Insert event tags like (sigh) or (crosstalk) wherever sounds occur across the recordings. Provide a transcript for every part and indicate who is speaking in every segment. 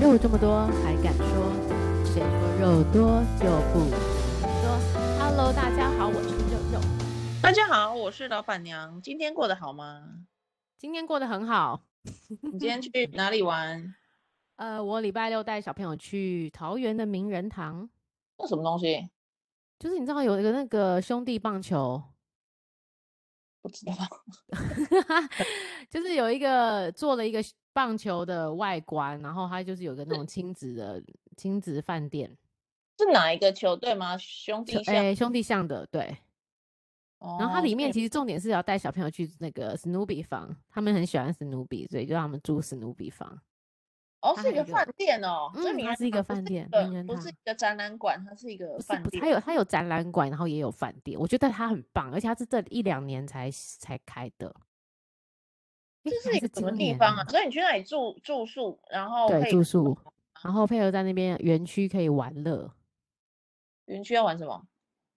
Speaker 1: 肉这么多还敢说？谁说肉多就不能说？Hello，大家好，我是肉肉，
Speaker 2: 大家好，我是老板娘，今天过得好吗？
Speaker 1: 今天过得很好。嗯
Speaker 2: 你今天去哪里玩？
Speaker 1: 呃，我礼拜六带小朋友去桃园的名人堂，
Speaker 2: 那什么东西？
Speaker 1: 就是你知道有一个那个兄弟棒球， (laughs)
Speaker 2: 不知道。 (laughs)
Speaker 1: 就是有一个做了一个棒球的外观，然后它就是有个那种亲子的亲子饭店，
Speaker 2: 是哪一个球队吗？兄弟
Speaker 1: 哎、
Speaker 2: 象。哦
Speaker 1: 兄 (laughs) 弟像的，对。然
Speaker 2: 然
Speaker 1: 后它里面其实重点是要带小朋友去那个史努比房，他们很喜欢史努比，所以就让他们住史努比房。
Speaker 2: 哦，
Speaker 1: 它
Speaker 2: 是一
Speaker 1: 还
Speaker 2: 个
Speaker 1: 有一个
Speaker 2: 饭店哦，这
Speaker 1: 嗯
Speaker 2: 名
Speaker 1: 它
Speaker 2: 人
Speaker 1: 是一个
Speaker 2: 堂不
Speaker 1: 饭店
Speaker 2: 个
Speaker 1: 名人
Speaker 2: 不是
Speaker 1: 堂
Speaker 2: 一个展览馆，它是一个
Speaker 1: 不是
Speaker 2: 饭
Speaker 1: 不是，
Speaker 2: 店。
Speaker 1: 它有它有展览馆，然后也有饭店，我觉得它很棒，而且它是这一两年才才开的。诶
Speaker 2: 这
Speaker 1: 还
Speaker 2: 是一个什么
Speaker 1: 今
Speaker 2: 地
Speaker 1: 年
Speaker 2: 方
Speaker 1: 啊
Speaker 2: 啊？所以你去那里住住宿，然后
Speaker 1: 对，
Speaker 2: 配
Speaker 1: 住宿，然后配合在那边园区可以玩乐。
Speaker 2: 园区要玩什么？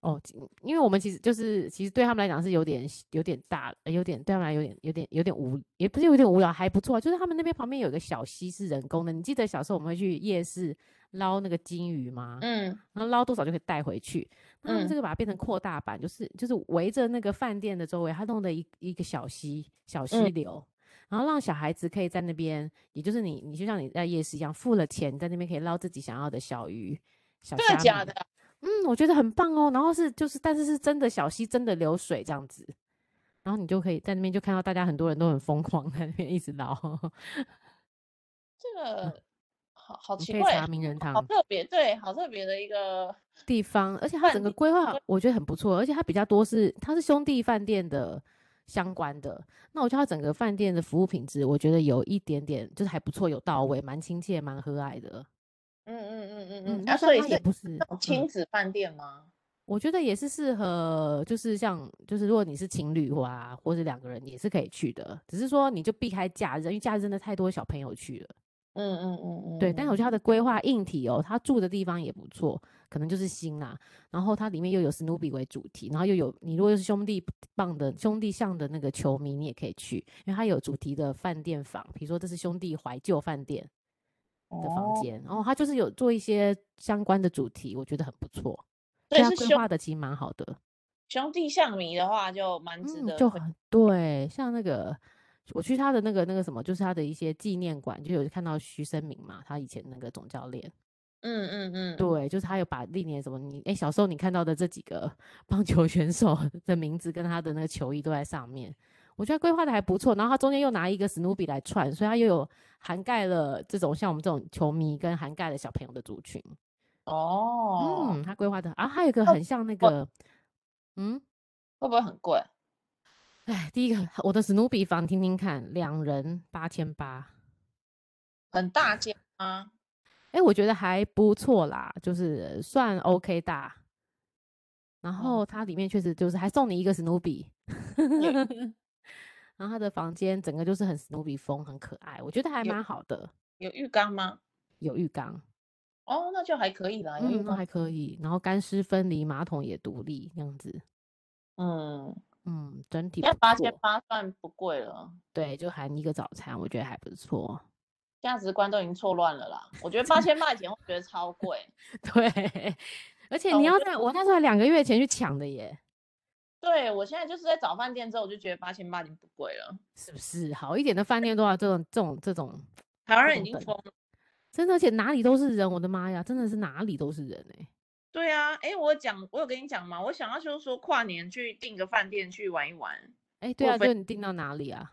Speaker 1: 哦，因为我们其实就是，其实对他们来讲是有点有点大，呃有点对他们来有点有点有点无，也不是有点无聊，还不错啊。就是他们那边旁边有一个小溪是人工的，你记得小时候我们会去夜市捞那个金鱼吗？
Speaker 2: 嗯，
Speaker 1: 然后捞多少就可以带回去。那他们这
Speaker 2: 嗯
Speaker 1: 个把它变成扩大版，就是就是围着那个饭店的周围，它弄了一一个小溪小溪
Speaker 2: 嗯
Speaker 1: 流，然后让小孩子可以在那边，也就是你你就像你在夜市一样，付了钱在那边可以捞自己想要的小鱼、小
Speaker 2: 真的
Speaker 1: 虾
Speaker 2: 假
Speaker 1: 米。
Speaker 2: 的？啊
Speaker 1: 嗯，我觉得很棒哦。然后是就是，但是是真的小溪，真的流水这样子。然后你就可以在那边就看到大家很多人都很疯狂在那边一直捞，
Speaker 2: 这个好好
Speaker 1: 嗯你
Speaker 2: 奇
Speaker 1: 可以
Speaker 2: 怪啊
Speaker 1: 查，名人
Speaker 2: 好
Speaker 1: 堂。
Speaker 2: 特别，对，好特别的一个
Speaker 1: 地方，而且它
Speaker 2: 饭
Speaker 1: 整个
Speaker 2: 店。
Speaker 1: 规划我觉得很不错，而且它比较多是它是兄弟饭店的相关的，那我觉得它整个饭店的服务品质，我觉得有一点点就是还不错，有到位，蛮亲切，蛮和蔼的。
Speaker 2: 嗯嗯嗯嗯嗯，
Speaker 1: 嗯，
Speaker 2: 啊，
Speaker 1: 那虽
Speaker 2: 所
Speaker 1: 然
Speaker 2: 以
Speaker 1: 它也
Speaker 2: 是
Speaker 1: 不是，
Speaker 2: 那种
Speaker 1: 嗯，
Speaker 2: 亲子饭店吗？
Speaker 1: 我觉得也是适合，就是像就是如果你是情侣或啊，或是两个人也是可以去的，只是说你就避开假日，因为假日真的太多小朋友去了。
Speaker 2: 嗯嗯嗯
Speaker 1: 对，但是我
Speaker 2: 嗯
Speaker 1: 觉得它的规划硬体哦，它住的地方也不错，可能就是新啦。然后它里面又有史努比为主题，然后又有你如果是兄弟棒的兄弟像的那个球迷，你也可以去，因为它有主题的饭店房，比如说这是兄弟怀旧饭店
Speaker 2: 嗯，
Speaker 1: 的房
Speaker 2: 哦，
Speaker 1: 间，然后它就是有做一些相关的主题，我觉得很不错，所
Speaker 2: 所
Speaker 1: 以
Speaker 2: 以
Speaker 1: 它
Speaker 2: 是
Speaker 1: 规
Speaker 2: 兄
Speaker 1: 划的其实蛮好的。
Speaker 2: 兄弟像迷的话，就蛮值
Speaker 1: 嗯，
Speaker 2: 得
Speaker 1: 就
Speaker 2: 推。
Speaker 1: 很对，像那个我去他的那个那个什么，就是他的一些纪念馆，就有看到徐生明嘛，他以前那个总教练。
Speaker 2: 嗯嗯嗯，
Speaker 1: 对，就是他有把历年什么你哎、小时候你看到的这几个 (laughs) 棒球选手的名字跟他的那个球衣都在上面，我觉得规划的还不错。然后他中间又拿一个史努比来串，所以他又有涵盖了这种像我们这种球迷跟涵盖了小朋友的族群。
Speaker 2: 哦，
Speaker 1: 嗯，他规划的啊，还有一个
Speaker 2: 那
Speaker 1: 很像那
Speaker 2: 我
Speaker 1: 个，嗯，
Speaker 2: 会不会很贵？
Speaker 1: 哎，第一个我的史努比房听听看，两人八千八，
Speaker 2: 很大间吗？
Speaker 1: 哎，我觉得还不错啦，就是算 OK 大。然
Speaker 2: 哦，
Speaker 1: 后它里面确实就是还送你一个史努比， (laughs)
Speaker 2: 有
Speaker 1: 然后它的房间整个就是很史努比风，很可爱，我觉得还
Speaker 2: 有
Speaker 1: 蛮好的，
Speaker 2: 有浴缸吗？
Speaker 1: 有浴缸，
Speaker 2: 哦，那就还可以啦，有浴
Speaker 1: 嗯，那
Speaker 2: 缸。
Speaker 1: 还可以，然后干湿分离，马桶也独立，这样子，
Speaker 2: 嗯，
Speaker 1: 嗯，整体
Speaker 2: 现在
Speaker 1: 不
Speaker 2: 八千
Speaker 1: 错，
Speaker 2: 八算不贵了，
Speaker 1: 对，就含一个早餐，我觉得还不错， (laughs)
Speaker 2: 价值观都已经错乱了啦。我觉得八千八以前会觉得超贵，
Speaker 1: 对，而且
Speaker 2: 但
Speaker 1: 你
Speaker 2: 哦我
Speaker 1: 要
Speaker 2: 觉得
Speaker 1: 在我那时候两个月前去抢的耶，
Speaker 2: 对我现在就是在找饭店之后，我就觉得八千八已经不贵了。
Speaker 1: 是不是？好一点的饭店都要这种这种这种
Speaker 2: 台湾
Speaker 1: 这
Speaker 2: 人已
Speaker 1: 种
Speaker 2: 经
Speaker 1: 等，
Speaker 2: 疯了。
Speaker 1: 真的，而且哪里都是人，我的妈呀，真的是哪里都是人哎、
Speaker 2: 对啊，哎，我有讲，我有跟你讲嘛，我想要就是说跨年去订个饭店去玩一玩，
Speaker 1: 欸、哎，对
Speaker 2: 我有
Speaker 1: 啊，
Speaker 2: 分
Speaker 1: 就你订到哪里啊？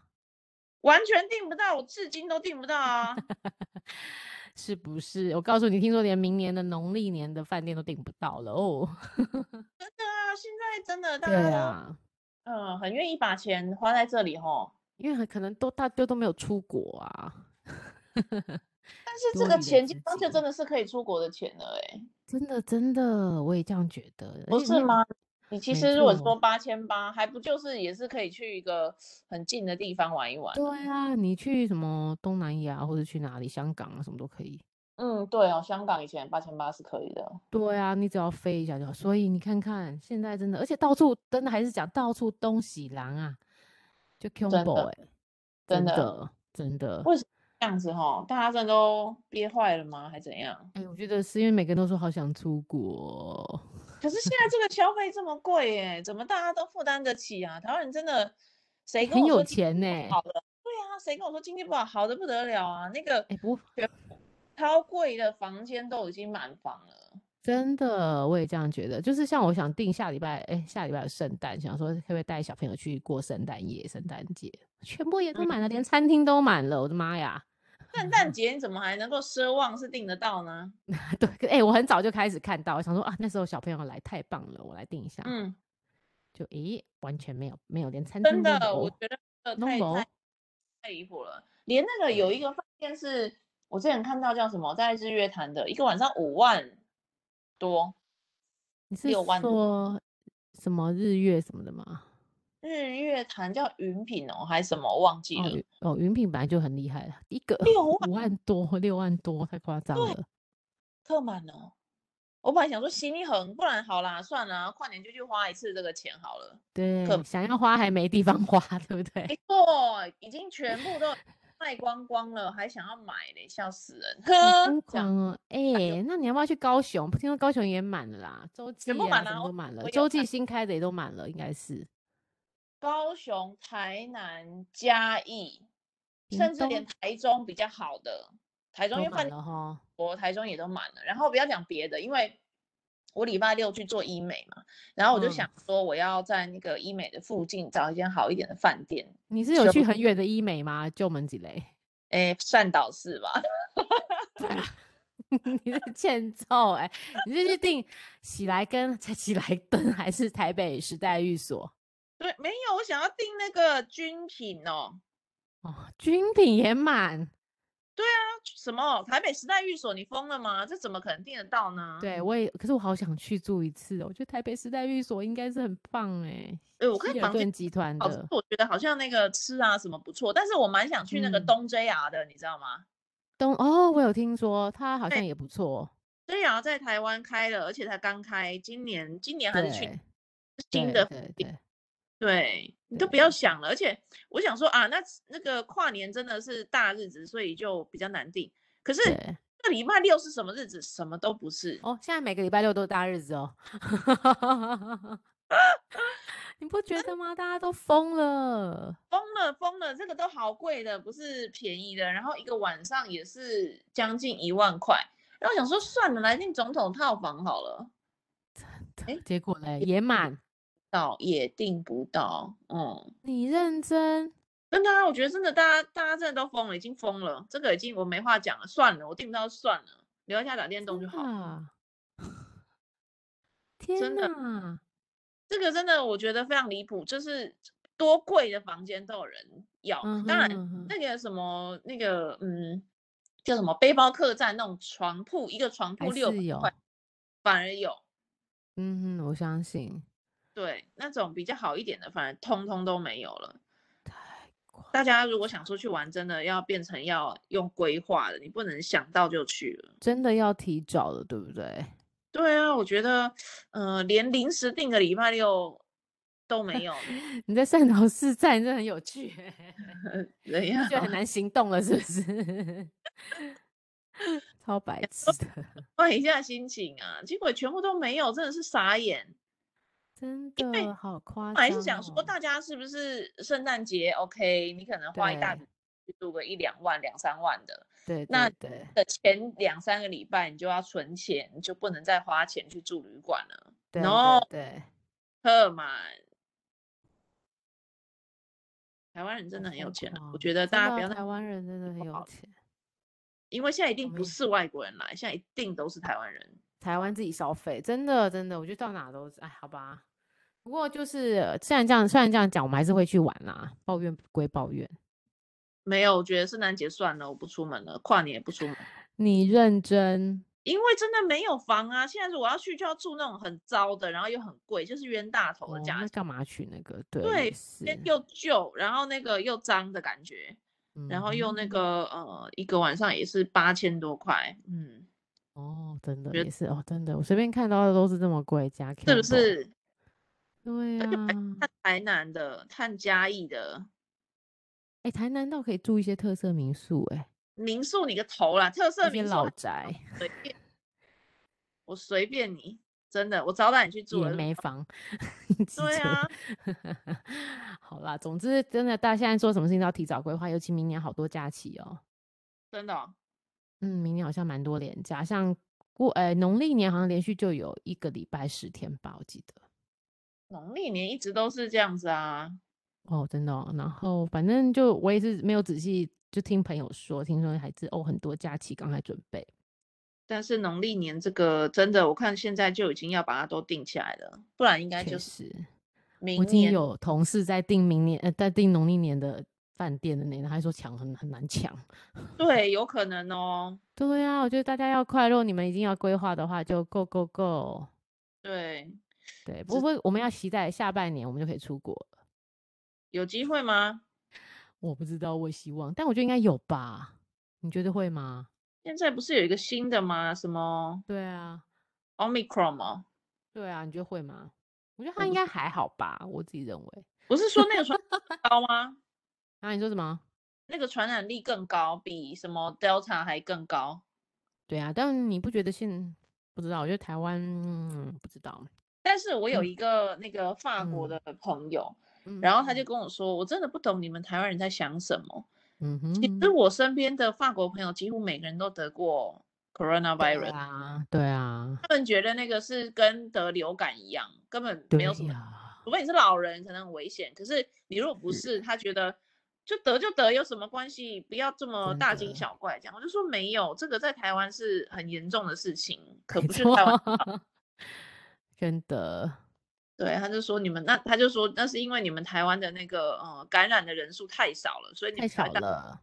Speaker 2: 完全订不到，我至今都订不到啊。 (laughs)
Speaker 1: 是不是？我告诉你，听说连明年的农历年的饭店都订不到了哦。
Speaker 2: 对啊，现在真的大家
Speaker 1: 对
Speaker 2: 都
Speaker 1: 啊，
Speaker 2: 嗯、呃很愿意把钱花在这里吼，
Speaker 1: 因为很可能都大家都没有出国啊，
Speaker 2: 但是这
Speaker 1: 多
Speaker 2: 个
Speaker 1: 余的
Speaker 2: 钱基
Speaker 1: 资
Speaker 2: 本上就真
Speaker 1: 金，
Speaker 2: 的是可以出国的钱了哎、
Speaker 1: 真的真的，我也这样觉得。而且
Speaker 2: 不
Speaker 1: 你
Speaker 2: 是
Speaker 1: 有，
Speaker 2: 吗？你其
Speaker 1: 没
Speaker 2: 实如果
Speaker 1: 错，
Speaker 2: 说八千八，还不就是也是可以去一个很近的地方玩一玩了。
Speaker 1: 对啊，你去什么东南亚或者去哪里，香港啊，什么都可以。
Speaker 2: 嗯，对哦，香港以前八千八是可以的。
Speaker 1: 对啊，你只要飞一下就好。所以你看看，现在真的，而且到处真的还是讲到处东西狼啊，就
Speaker 2: 真
Speaker 1: combo
Speaker 2: 的
Speaker 1: 哎、
Speaker 2: 真
Speaker 1: 真
Speaker 2: 的。
Speaker 1: 的真的，
Speaker 2: 为什么？这样子哈，大家真的都憋坏了吗？还怎样？
Speaker 1: 哎、我觉得是因为每个人都说好想出国，
Speaker 2: 可是现在这个消费这么贵耶、怎么大家都负担得起啊？台湾人真的谁跟
Speaker 1: 很
Speaker 2: 我
Speaker 1: 有
Speaker 2: 说经济
Speaker 1: 钱呢、
Speaker 2: 不好的？对啊，谁跟我说经济不好？好的不得了啊！那个
Speaker 1: 哎、不，
Speaker 2: 超贵的房间都已经满房了。
Speaker 1: 真的，我也这样觉得。就是像我想定下礼拜，哎、下礼拜有圣诞，想说可不可以带小朋友去过圣诞夜、圣诞节，全部也都
Speaker 2: 嗯
Speaker 1: 满了，连餐厅都满了，我的妈呀！ (laughs)
Speaker 2: 圣
Speaker 1: 嗯
Speaker 2: 诞节你怎么还能够奢望是订得到呢？
Speaker 1: 对，哎、我很早就开始看到，我想说啊，那时候小朋友来太棒了，我来定一下。
Speaker 2: 嗯，
Speaker 1: 就诶、完全没有，没有，连餐
Speaker 2: 真
Speaker 1: 厅都
Speaker 2: 的，我
Speaker 1: 有。
Speaker 2: 觉得这
Speaker 1: 弄
Speaker 2: 太
Speaker 1: 楼
Speaker 2: 太太离谱了。连那个有一个饭店是我之前看到叫什么，在日月潭的一个晚上五万多，
Speaker 1: 你是
Speaker 2: 六万多
Speaker 1: 说什么日月什么的吗？
Speaker 2: 日月潭叫云品哦还是什么忘记
Speaker 1: 哦
Speaker 2: 了，
Speaker 1: 云哦，云品本来就很厉害了，一个
Speaker 2: 六万
Speaker 1: 五万多，六万多，太夸张了。
Speaker 2: 客满哦。我本来想说心一横，不然好啦，算了，跨年就去花一次这个钱好了。
Speaker 1: 对
Speaker 2: 可，
Speaker 1: 想要花还没地方花， (laughs) 对不对？
Speaker 2: 没错，已经全部都卖光光了，还想要买嘞，笑死人！
Speaker 1: 好
Speaker 2: 呵，
Speaker 1: 疯
Speaker 2: 呃这样
Speaker 1: 狂哦！哎、那你要不要去高雄？听说高雄也满了啦，洲际
Speaker 2: 全部
Speaker 1: 啊
Speaker 2: 满
Speaker 1: 什
Speaker 2: 了
Speaker 1: 么
Speaker 2: 我
Speaker 1: 都满了
Speaker 2: 我，有
Speaker 1: 洲际
Speaker 2: 看
Speaker 1: 新开的也都满了，应该是。
Speaker 2: 高雄、台南、嘉义，
Speaker 1: 屏
Speaker 2: 甚至连
Speaker 1: 东
Speaker 2: 台中比较好的，台中
Speaker 1: 都
Speaker 2: 因为
Speaker 1: 满
Speaker 2: 饭
Speaker 1: 了哈
Speaker 2: 我台中也都满了。然后不要讲别的，因为我礼拜六去做医美嘛，然后我就
Speaker 1: 嗯
Speaker 2: 想说我要在那个医美的附近找一间好一点的饭店，
Speaker 1: 你是有
Speaker 2: 全
Speaker 1: 去
Speaker 2: 部
Speaker 1: 很远的医美吗？旧门几雷？
Speaker 2: 诶，善导寺吧，
Speaker 1: (laughs) 你是欠揍哎、你是去订喜来登、才喜来登还是台北时代寓所？
Speaker 2: 对，没有，我想要订那个军品哦，
Speaker 1: 哦，军品也满。
Speaker 2: 什么台北时代寓所，你疯了吗？这怎么可能订得到呢？，
Speaker 1: 对，我也，可是我好想去住一次哦。我觉得台北时代寓所应该是很棒哎、
Speaker 2: 哎，我看
Speaker 1: 希尔
Speaker 2: 房间
Speaker 1: 顿集团
Speaker 2: 好吃
Speaker 1: 的，
Speaker 2: 我觉得好像那个吃啊什么不错，但是我蛮想去那个
Speaker 1: 嗯
Speaker 2: 东 JR 的，你知道吗
Speaker 1: 东哦，我有听说它好
Speaker 2: 对
Speaker 1: 像也不错。
Speaker 2: ？JR 在台湾开了，而且才刚开，今年今年还是去
Speaker 1: 对
Speaker 2: 新
Speaker 1: 对
Speaker 2: 的，
Speaker 1: 对对，
Speaker 2: 对你都不要想了。而且我想说啊，那那个跨年真的是大日子，所以就比较难定。可是
Speaker 1: 对
Speaker 2: 这礼拜六是什么日子？什么都不是。
Speaker 1: 哦，现在每个礼拜六都是大日子哦， (laughs) 你不觉得吗？大家都疯了，
Speaker 2: 疯了疯了，这个都好贵的，不是便宜的。然后一个晚上也是将近一万块。然后想说算了，来订总统套房好了。 (laughs) 诶
Speaker 1: 结果嘞也满，
Speaker 2: 到也订不到，嗯，
Speaker 1: 你认真
Speaker 2: 真的啊，我觉得真的，大家大家真的都疯了，已经疯了，这个已经我没话讲了，算了，我订不到算了，留在家打电动就好。
Speaker 1: 啊！天
Speaker 2: 真的
Speaker 1: 哪，嗯
Speaker 2: 这个真的我觉得非常离谱，就是多贵的房间都有人要，
Speaker 1: 嗯
Speaker 2: 当然
Speaker 1: 哼嗯哼
Speaker 2: 那个什么那个嗯叫什么背包客栈那种床铺，一个床
Speaker 1: 还
Speaker 2: 铺六
Speaker 1: 是有
Speaker 2: 百块，反而有，
Speaker 1: 嗯哼，我相信。
Speaker 2: 对，那种比较好一点的，反而通通都没有了。
Speaker 1: 太夸
Speaker 2: 大家如果想出去玩，真的要变成要用规划的，你不能想到就去了。
Speaker 1: 真的要提早了，对不对？ (laughs)
Speaker 2: 对啊，我觉得，呃，连临时订个礼拜六都没有，
Speaker 1: 你在汕头市站真的很有趣欸、
Speaker 2: 怎样？
Speaker 1: 就很难行动了，是不是？ (laughs) 超
Speaker 2: (laughs)
Speaker 1: 白痴的，
Speaker 2: 换一下心情啊！结果全部都没有，真的是傻眼。
Speaker 1: 真
Speaker 2: 因为
Speaker 1: 的好夸张、
Speaker 2: 本
Speaker 1: 哦。
Speaker 2: 来是想说，大家是不是圣诞节 OK？你可能花一大
Speaker 1: 对
Speaker 2: 笔去住个一两万、两三万的，
Speaker 1: 对
Speaker 2: 那
Speaker 1: 对对
Speaker 2: 的前两三个礼拜你就要存钱，你就不能再花钱去住旅馆了。
Speaker 1: 对
Speaker 2: ，no
Speaker 1: 对对，
Speaker 2: 客满。台湾人真
Speaker 1: 好
Speaker 2: 的很有
Speaker 1: 疯
Speaker 2: 钱啊，我
Speaker 1: 狂
Speaker 2: 觉得
Speaker 1: 真
Speaker 2: 大
Speaker 1: 的
Speaker 2: 家不
Speaker 1: 啊
Speaker 2: 要再
Speaker 1: 台湾人真的很有
Speaker 2: 好
Speaker 1: 钱，
Speaker 2: 因为现在一定
Speaker 1: 们
Speaker 2: 不
Speaker 1: 也
Speaker 2: 是外国人来，现在一定都是台湾人。
Speaker 1: 台湾自己消费，真的真的，我觉得到哪都是哎，好吧。不过就是，虽然这样，虽然这样讲，我们还是会去玩啦。抱怨归抱怨，
Speaker 2: 没有，我觉得圣诞节算了，我不出门了，跨年也不出门，
Speaker 1: 你认真，
Speaker 2: 因为真的没有房啊。现在如果要去，就要住那种很糟的，然后又很贵，就是冤大头
Speaker 1: 哦
Speaker 2: 的
Speaker 1: 那
Speaker 2: 价钱，
Speaker 1: 干嘛去那个？对，
Speaker 2: 对
Speaker 1: 也
Speaker 2: 先
Speaker 1: 是，
Speaker 2: 又旧，然后那个又脏的感觉，然后又那
Speaker 1: 嗯
Speaker 2: 个呃，一个晚上也是八千多块，嗯，
Speaker 1: 哦，真的
Speaker 2: 觉得
Speaker 1: 也是哦，真的，我随便看到的都是这么贵，加
Speaker 2: 是不
Speaker 1: Campbell？
Speaker 2: 是？
Speaker 1: 对
Speaker 2: 而且
Speaker 1: 啊，
Speaker 2: 看台南的，看嘉义的，
Speaker 1: 哎、台南倒可以住一些特色民宿、哎，
Speaker 2: 民宿你个头啦，特色
Speaker 1: 那
Speaker 2: 民
Speaker 1: 边
Speaker 2: 宿
Speaker 1: 老
Speaker 2: 还
Speaker 1: 宅
Speaker 2: 随便，我随便你，真的，我招待你去住
Speaker 1: 也
Speaker 2: 了。
Speaker 1: 没房， (laughs) 机
Speaker 2: 对
Speaker 1: 车
Speaker 2: 啊，
Speaker 1: (laughs) 好啦，总之真的，大家现在做什么事情都要提早规划，尤其明年好多假期哦。
Speaker 2: 真的哦、
Speaker 1: 嗯，明年好像蛮多连假，像过呃农历年好像连续就有一个礼拜十天吧，我记得。
Speaker 2: 农历年一直都是这样子啊。
Speaker 1: 哦，真的、哦。然后反正就我也是没有仔细，就听朋友说，听说还是哦很多假期刚才准备。
Speaker 2: 但是农历年这个真的，我看现在就已经要把它都定起来了，不然应该
Speaker 1: 确
Speaker 2: 就是
Speaker 1: 实，我
Speaker 2: 明
Speaker 1: 已经
Speaker 2: 年
Speaker 1: 有同事在订明年呃在订农历年的饭店的那个，他还说抢很很难抢。
Speaker 2: 对，有可能哦。
Speaker 1: 对啊，我觉得大家要快乐，你们已经要规划的话，就 go go go。
Speaker 2: 对，
Speaker 1: 对，不过我们要期待下半年我们就可以出国了。
Speaker 2: 有机会吗？
Speaker 1: 我不知道，我希望，但我觉得应该有吧？你觉得会吗？
Speaker 2: 现在不是有一个新的吗？什么
Speaker 1: 对啊，
Speaker 2: Omicron 吗？
Speaker 1: 对啊，你觉得会吗？我觉得
Speaker 2: 我
Speaker 1: 他应
Speaker 2: 不
Speaker 1: 该还好吧，我自己认为。
Speaker 2: 不是说那个传染力高吗？
Speaker 1: 啊，你说什么？
Speaker 2: 那个传染力更高，比什么 Delta 还更高。
Speaker 1: 对啊，但你不觉得现不知道？我觉得台湾、嗯、不知道。
Speaker 2: 但是我有
Speaker 1: 嗯
Speaker 2: 一个那个法
Speaker 1: 嗯
Speaker 2: 国的朋友，
Speaker 1: 嗯
Speaker 2: 然后他就跟我说，我真的不懂你们台湾人在想什么。
Speaker 1: 嗯
Speaker 2: 其
Speaker 1: 哼
Speaker 2: 实，我身边的法国朋友几乎每个人都得过
Speaker 1: 对
Speaker 2: coronavirus，、
Speaker 1: 啊，对啊，
Speaker 2: 他们觉得那个是跟得流感一样，根本没有什
Speaker 1: 对啊
Speaker 2: 么，
Speaker 1: 呀
Speaker 2: 除非你是老人可能很危险，可是你如果
Speaker 1: 嗯
Speaker 2: 不是，他觉得。就得就得有什么关系？不要这么
Speaker 1: 真
Speaker 2: 大惊
Speaker 1: 的
Speaker 2: 小怪这样。我就说没有，这个在台湾是很严重的事情，可
Speaker 1: 没
Speaker 2: 不是台湾啊
Speaker 1: 错， (laughs) 真的。
Speaker 2: 对，他就说你们那，他就说那是因为你们台湾的那个呃感染的人数太少了，所以你
Speaker 1: 太
Speaker 2: 们才
Speaker 1: 少
Speaker 2: 会大
Speaker 1: 了。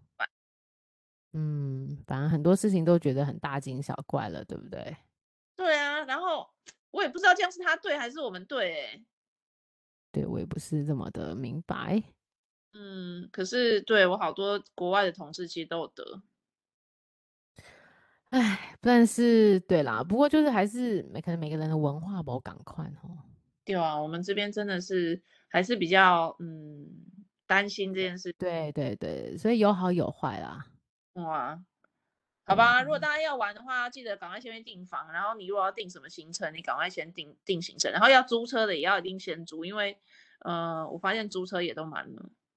Speaker 1: 嗯，反正很多事情都觉得很大惊小怪了，对不对？
Speaker 2: 对啊，然后我也不知道这样是他对还是我们对、欸，
Speaker 1: 对我也不是这么的明白。
Speaker 2: 嗯，可是对我好多国外的同事其实都有得，
Speaker 1: 唉，但是对啦，不过就是还是每可能每个人的文化不赶快哦。
Speaker 2: 对啊，我们这边真的是还是比较嗯担心这件事
Speaker 1: 对对对，所以有好有坏啦。
Speaker 2: 哇。嗯好
Speaker 1: 对啊
Speaker 2: 吧，如果大家要玩的话，记得赶快先去订房。然后你如果要订什么行程，你赶快先订订行程。然后要租车的也要一定先租，因为呃，我发现租车也都蛮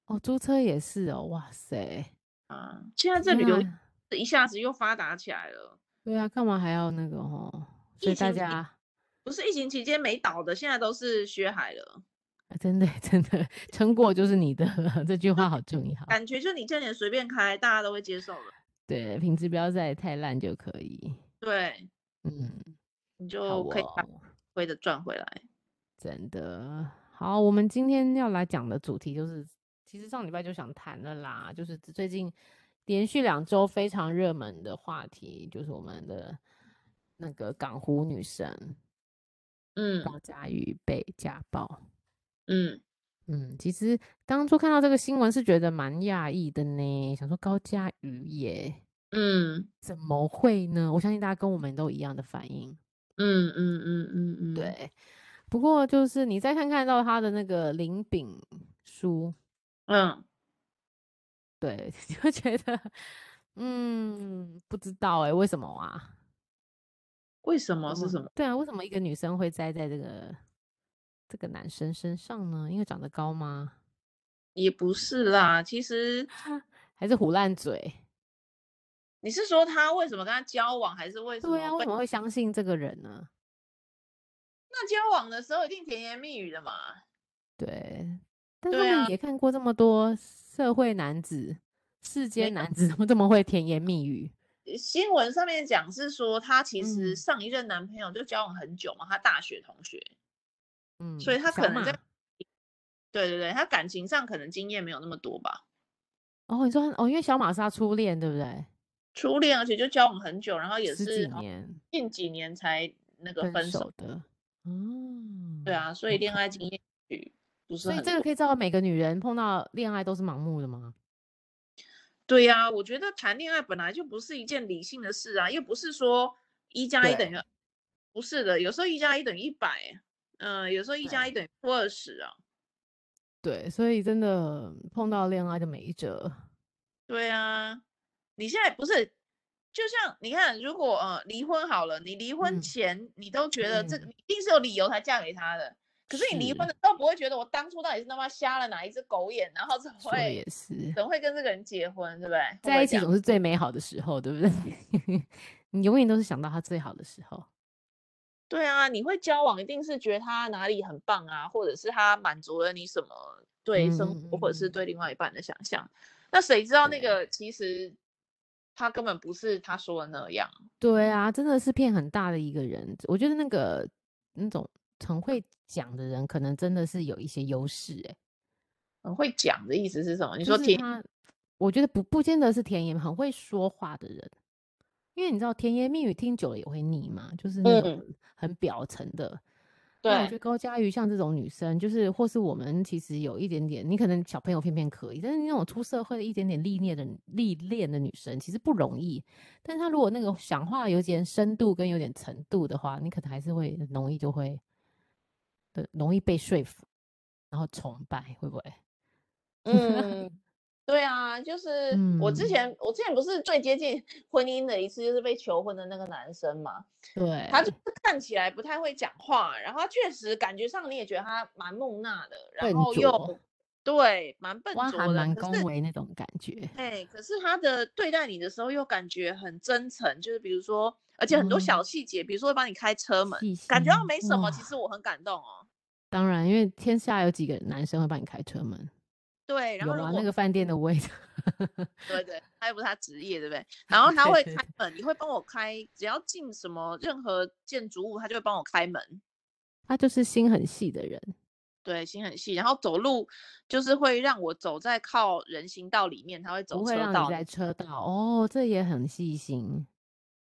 Speaker 1: 哦，租车也是哦，哇塞，
Speaker 2: 啊，现在这旅
Speaker 1: 天
Speaker 2: 游
Speaker 1: 啊
Speaker 2: 一下子又发达起来了，
Speaker 1: 对啊，干嘛还要那个哦？所
Speaker 2: 疫
Speaker 1: 以大
Speaker 2: 情期
Speaker 1: 家、啊
Speaker 2: 不是疫情期间没倒的，现在都是血海了。
Speaker 1: 啊真的 (laughs) 真的，成果就是你的了，这句话好重
Speaker 2: (laughs)
Speaker 1: 要。
Speaker 2: 感觉就你这点随便开，大家都会接受的。
Speaker 1: 对，品质不要再太烂就可以。
Speaker 2: 对，
Speaker 1: 嗯，
Speaker 2: 你
Speaker 1: 好
Speaker 2: 就可以把
Speaker 1: 哦。
Speaker 2: 亏的赚回来。
Speaker 1: 真的好，我们今天要来讲的主题就是，其实上礼拜就想谈了啦，就是最近连续两周非常热门的话题，就是我们的那个港湖女神
Speaker 2: 嗯
Speaker 1: 高佳瑜被家暴。
Speaker 2: 嗯，
Speaker 1: 嗯，其实当初看到这个新闻是觉得蛮讶异的呢，想说高佳瑜耶，
Speaker 2: 嗯
Speaker 1: 怎么会呢？我相信大家跟我们都一样的反应。
Speaker 2: 嗯嗯嗯嗯嗯，，
Speaker 1: 对，不过就是你再看看到他的那个林炳书，
Speaker 2: 嗯，
Speaker 1: 对， (laughs) 就觉得，嗯，不知道哎、为什么啊？
Speaker 2: 为什么
Speaker 1: 怎
Speaker 2: 是什么？
Speaker 1: 对啊，为什么一个女生会栽在这个这个男生身上呢？因为长得高吗？
Speaker 2: 也不是啦，其实
Speaker 1: 还是胡烂嘴？
Speaker 2: 你是说他为什么跟他交往，还是为什么
Speaker 1: 对啊，为
Speaker 2: 被
Speaker 1: 什么会相信这个人呢？
Speaker 2: 那交往的时候一定甜言蜜语的嘛？
Speaker 1: 对，但他
Speaker 2: 对啊
Speaker 1: 们也看过这么多社会男子、世间
Speaker 2: 有
Speaker 1: 男子，怎么这么会甜言蜜语？
Speaker 2: 呃新闻上面讲是说，她其实
Speaker 1: 嗯
Speaker 2: 上一任男朋友就交往很久嘛，她大学同学，
Speaker 1: 嗯，
Speaker 2: 所以她
Speaker 1: 小
Speaker 2: 可能在
Speaker 1: 马
Speaker 2: 对对对，她感情上可能经验没有那么多吧。
Speaker 1: 哦，你说他哦，因为小马是他初恋，对不对？
Speaker 2: 初恋，而且就交往很久，然后也
Speaker 1: 十几
Speaker 2: 是好像
Speaker 1: 年
Speaker 2: 近几年才那个
Speaker 1: 分
Speaker 2: 分手。
Speaker 1: 手的，嗯，
Speaker 2: 对啊，所以
Speaker 1: 好
Speaker 2: 恋爱经验也不是
Speaker 1: 所以
Speaker 2: 很
Speaker 1: 这个
Speaker 2: 多。
Speaker 1: 可以知道每个女人碰到恋爱都是盲目的吗？
Speaker 2: 对呀、我觉得谈恋爱本来就不是一件理性的事啊，又不是说一加一等于，不是的，有时候一加一等于一百，嗯，有时候一加一等于负二十啊。
Speaker 1: 对，所以真的碰到恋爱就没辙。
Speaker 2: 对啊，你现在不是，就像你看，如果呃离婚好了，你离婚
Speaker 1: 嗯
Speaker 2: 前、你都觉得这
Speaker 1: 嗯
Speaker 2: 一定是有理由才嫁给他的，可是你离婚
Speaker 1: 是
Speaker 2: 的时候不会觉得我当初到底是他妈瞎了哪一只狗眼，然后怎么
Speaker 1: 说的也
Speaker 2: 会
Speaker 1: 是，
Speaker 2: 怎么会跟这个人结婚，对不对？会不
Speaker 1: 在
Speaker 2: 会
Speaker 1: 一起
Speaker 2: 这样
Speaker 1: 总是最美好的时候，对不对？ (laughs) 你永远都是想到他最好的时候。
Speaker 2: 对啊，你会交往一定是觉得他哪里很棒啊，或者是他满足了你什么对生活或者
Speaker 1: 嗯嗯
Speaker 2: 是
Speaker 1: 嗯嗯
Speaker 2: 对另外一半的想象。那谁知道
Speaker 1: 对
Speaker 2: 那个其实他根本不是他说的那样。
Speaker 1: 对啊，真的是骗很大的一个人。我觉得那个那种很会讲的人，可能真的是有一些优势、欸。
Speaker 2: 很会讲的意思是什么？你
Speaker 1: 你
Speaker 2: 说甜
Speaker 1: 他，我觉得不不见得是甜言，很会说话的人。因为你知道甜言蜜语听久了也会腻嘛，就是那种
Speaker 2: 嗯
Speaker 1: 很很表层的。那我觉
Speaker 2: 对
Speaker 1: 得高佳瑜像这种女生，就是或是我们其实有一点点，你可能小朋友偏偏可以，但是那种出社会的一点点历练的历练的女生，其实不容易。但是她如果那个讲话有点深度跟有点程度的话，你可能还是会容易就会，对，容易被说服，然后崇拜，会不会？ (laughs)
Speaker 2: 嗯，对啊，就是我之
Speaker 1: 嗯
Speaker 2: 前我之前不是最接近 (laughs) 婚姻的一次，就是被求婚的那个男生嘛，
Speaker 1: 对，
Speaker 2: 他就是看起来不太会讲话，然后他确实感觉上你也觉得他蛮木讷的，然
Speaker 1: 笨
Speaker 2: 后
Speaker 1: 拙
Speaker 2: 又对蛮笨
Speaker 1: 哇，还
Speaker 2: 拙的，
Speaker 1: 蛮
Speaker 2: 可是
Speaker 1: 恭维那种感觉，
Speaker 2: 哎，可是他的对待你的时候又感觉很真诚，就是比如说，而且很多小细节，比如说会帮你开车门，
Speaker 1: 嗯细
Speaker 2: 感觉到
Speaker 1: 心
Speaker 2: 没什么，其
Speaker 1: 哇
Speaker 2: 实我很感动哦。
Speaker 1: 当然，因为天下有几个男生会帮你开车门，
Speaker 2: 对，然
Speaker 1: 有
Speaker 2: 后如
Speaker 1: 啊，
Speaker 2: 果嗯
Speaker 1: 那个饭店的味道。
Speaker 2: 对对，他又不是他职业，对不对？
Speaker 1: (laughs)
Speaker 2: 然后他
Speaker 1: 对
Speaker 2: 会
Speaker 1: 对
Speaker 2: 开门，你会帮我开，只要进什么任何建筑物，他就会帮我开门。
Speaker 1: (laughs) 他就是心很细的人，
Speaker 2: 对，心很细，然后走路就是会让我走在靠人行道里面，他会
Speaker 1: 不
Speaker 2: 走
Speaker 1: 会
Speaker 2: 车
Speaker 1: 让你
Speaker 2: 道。
Speaker 1: 在车道哦，这也很细心。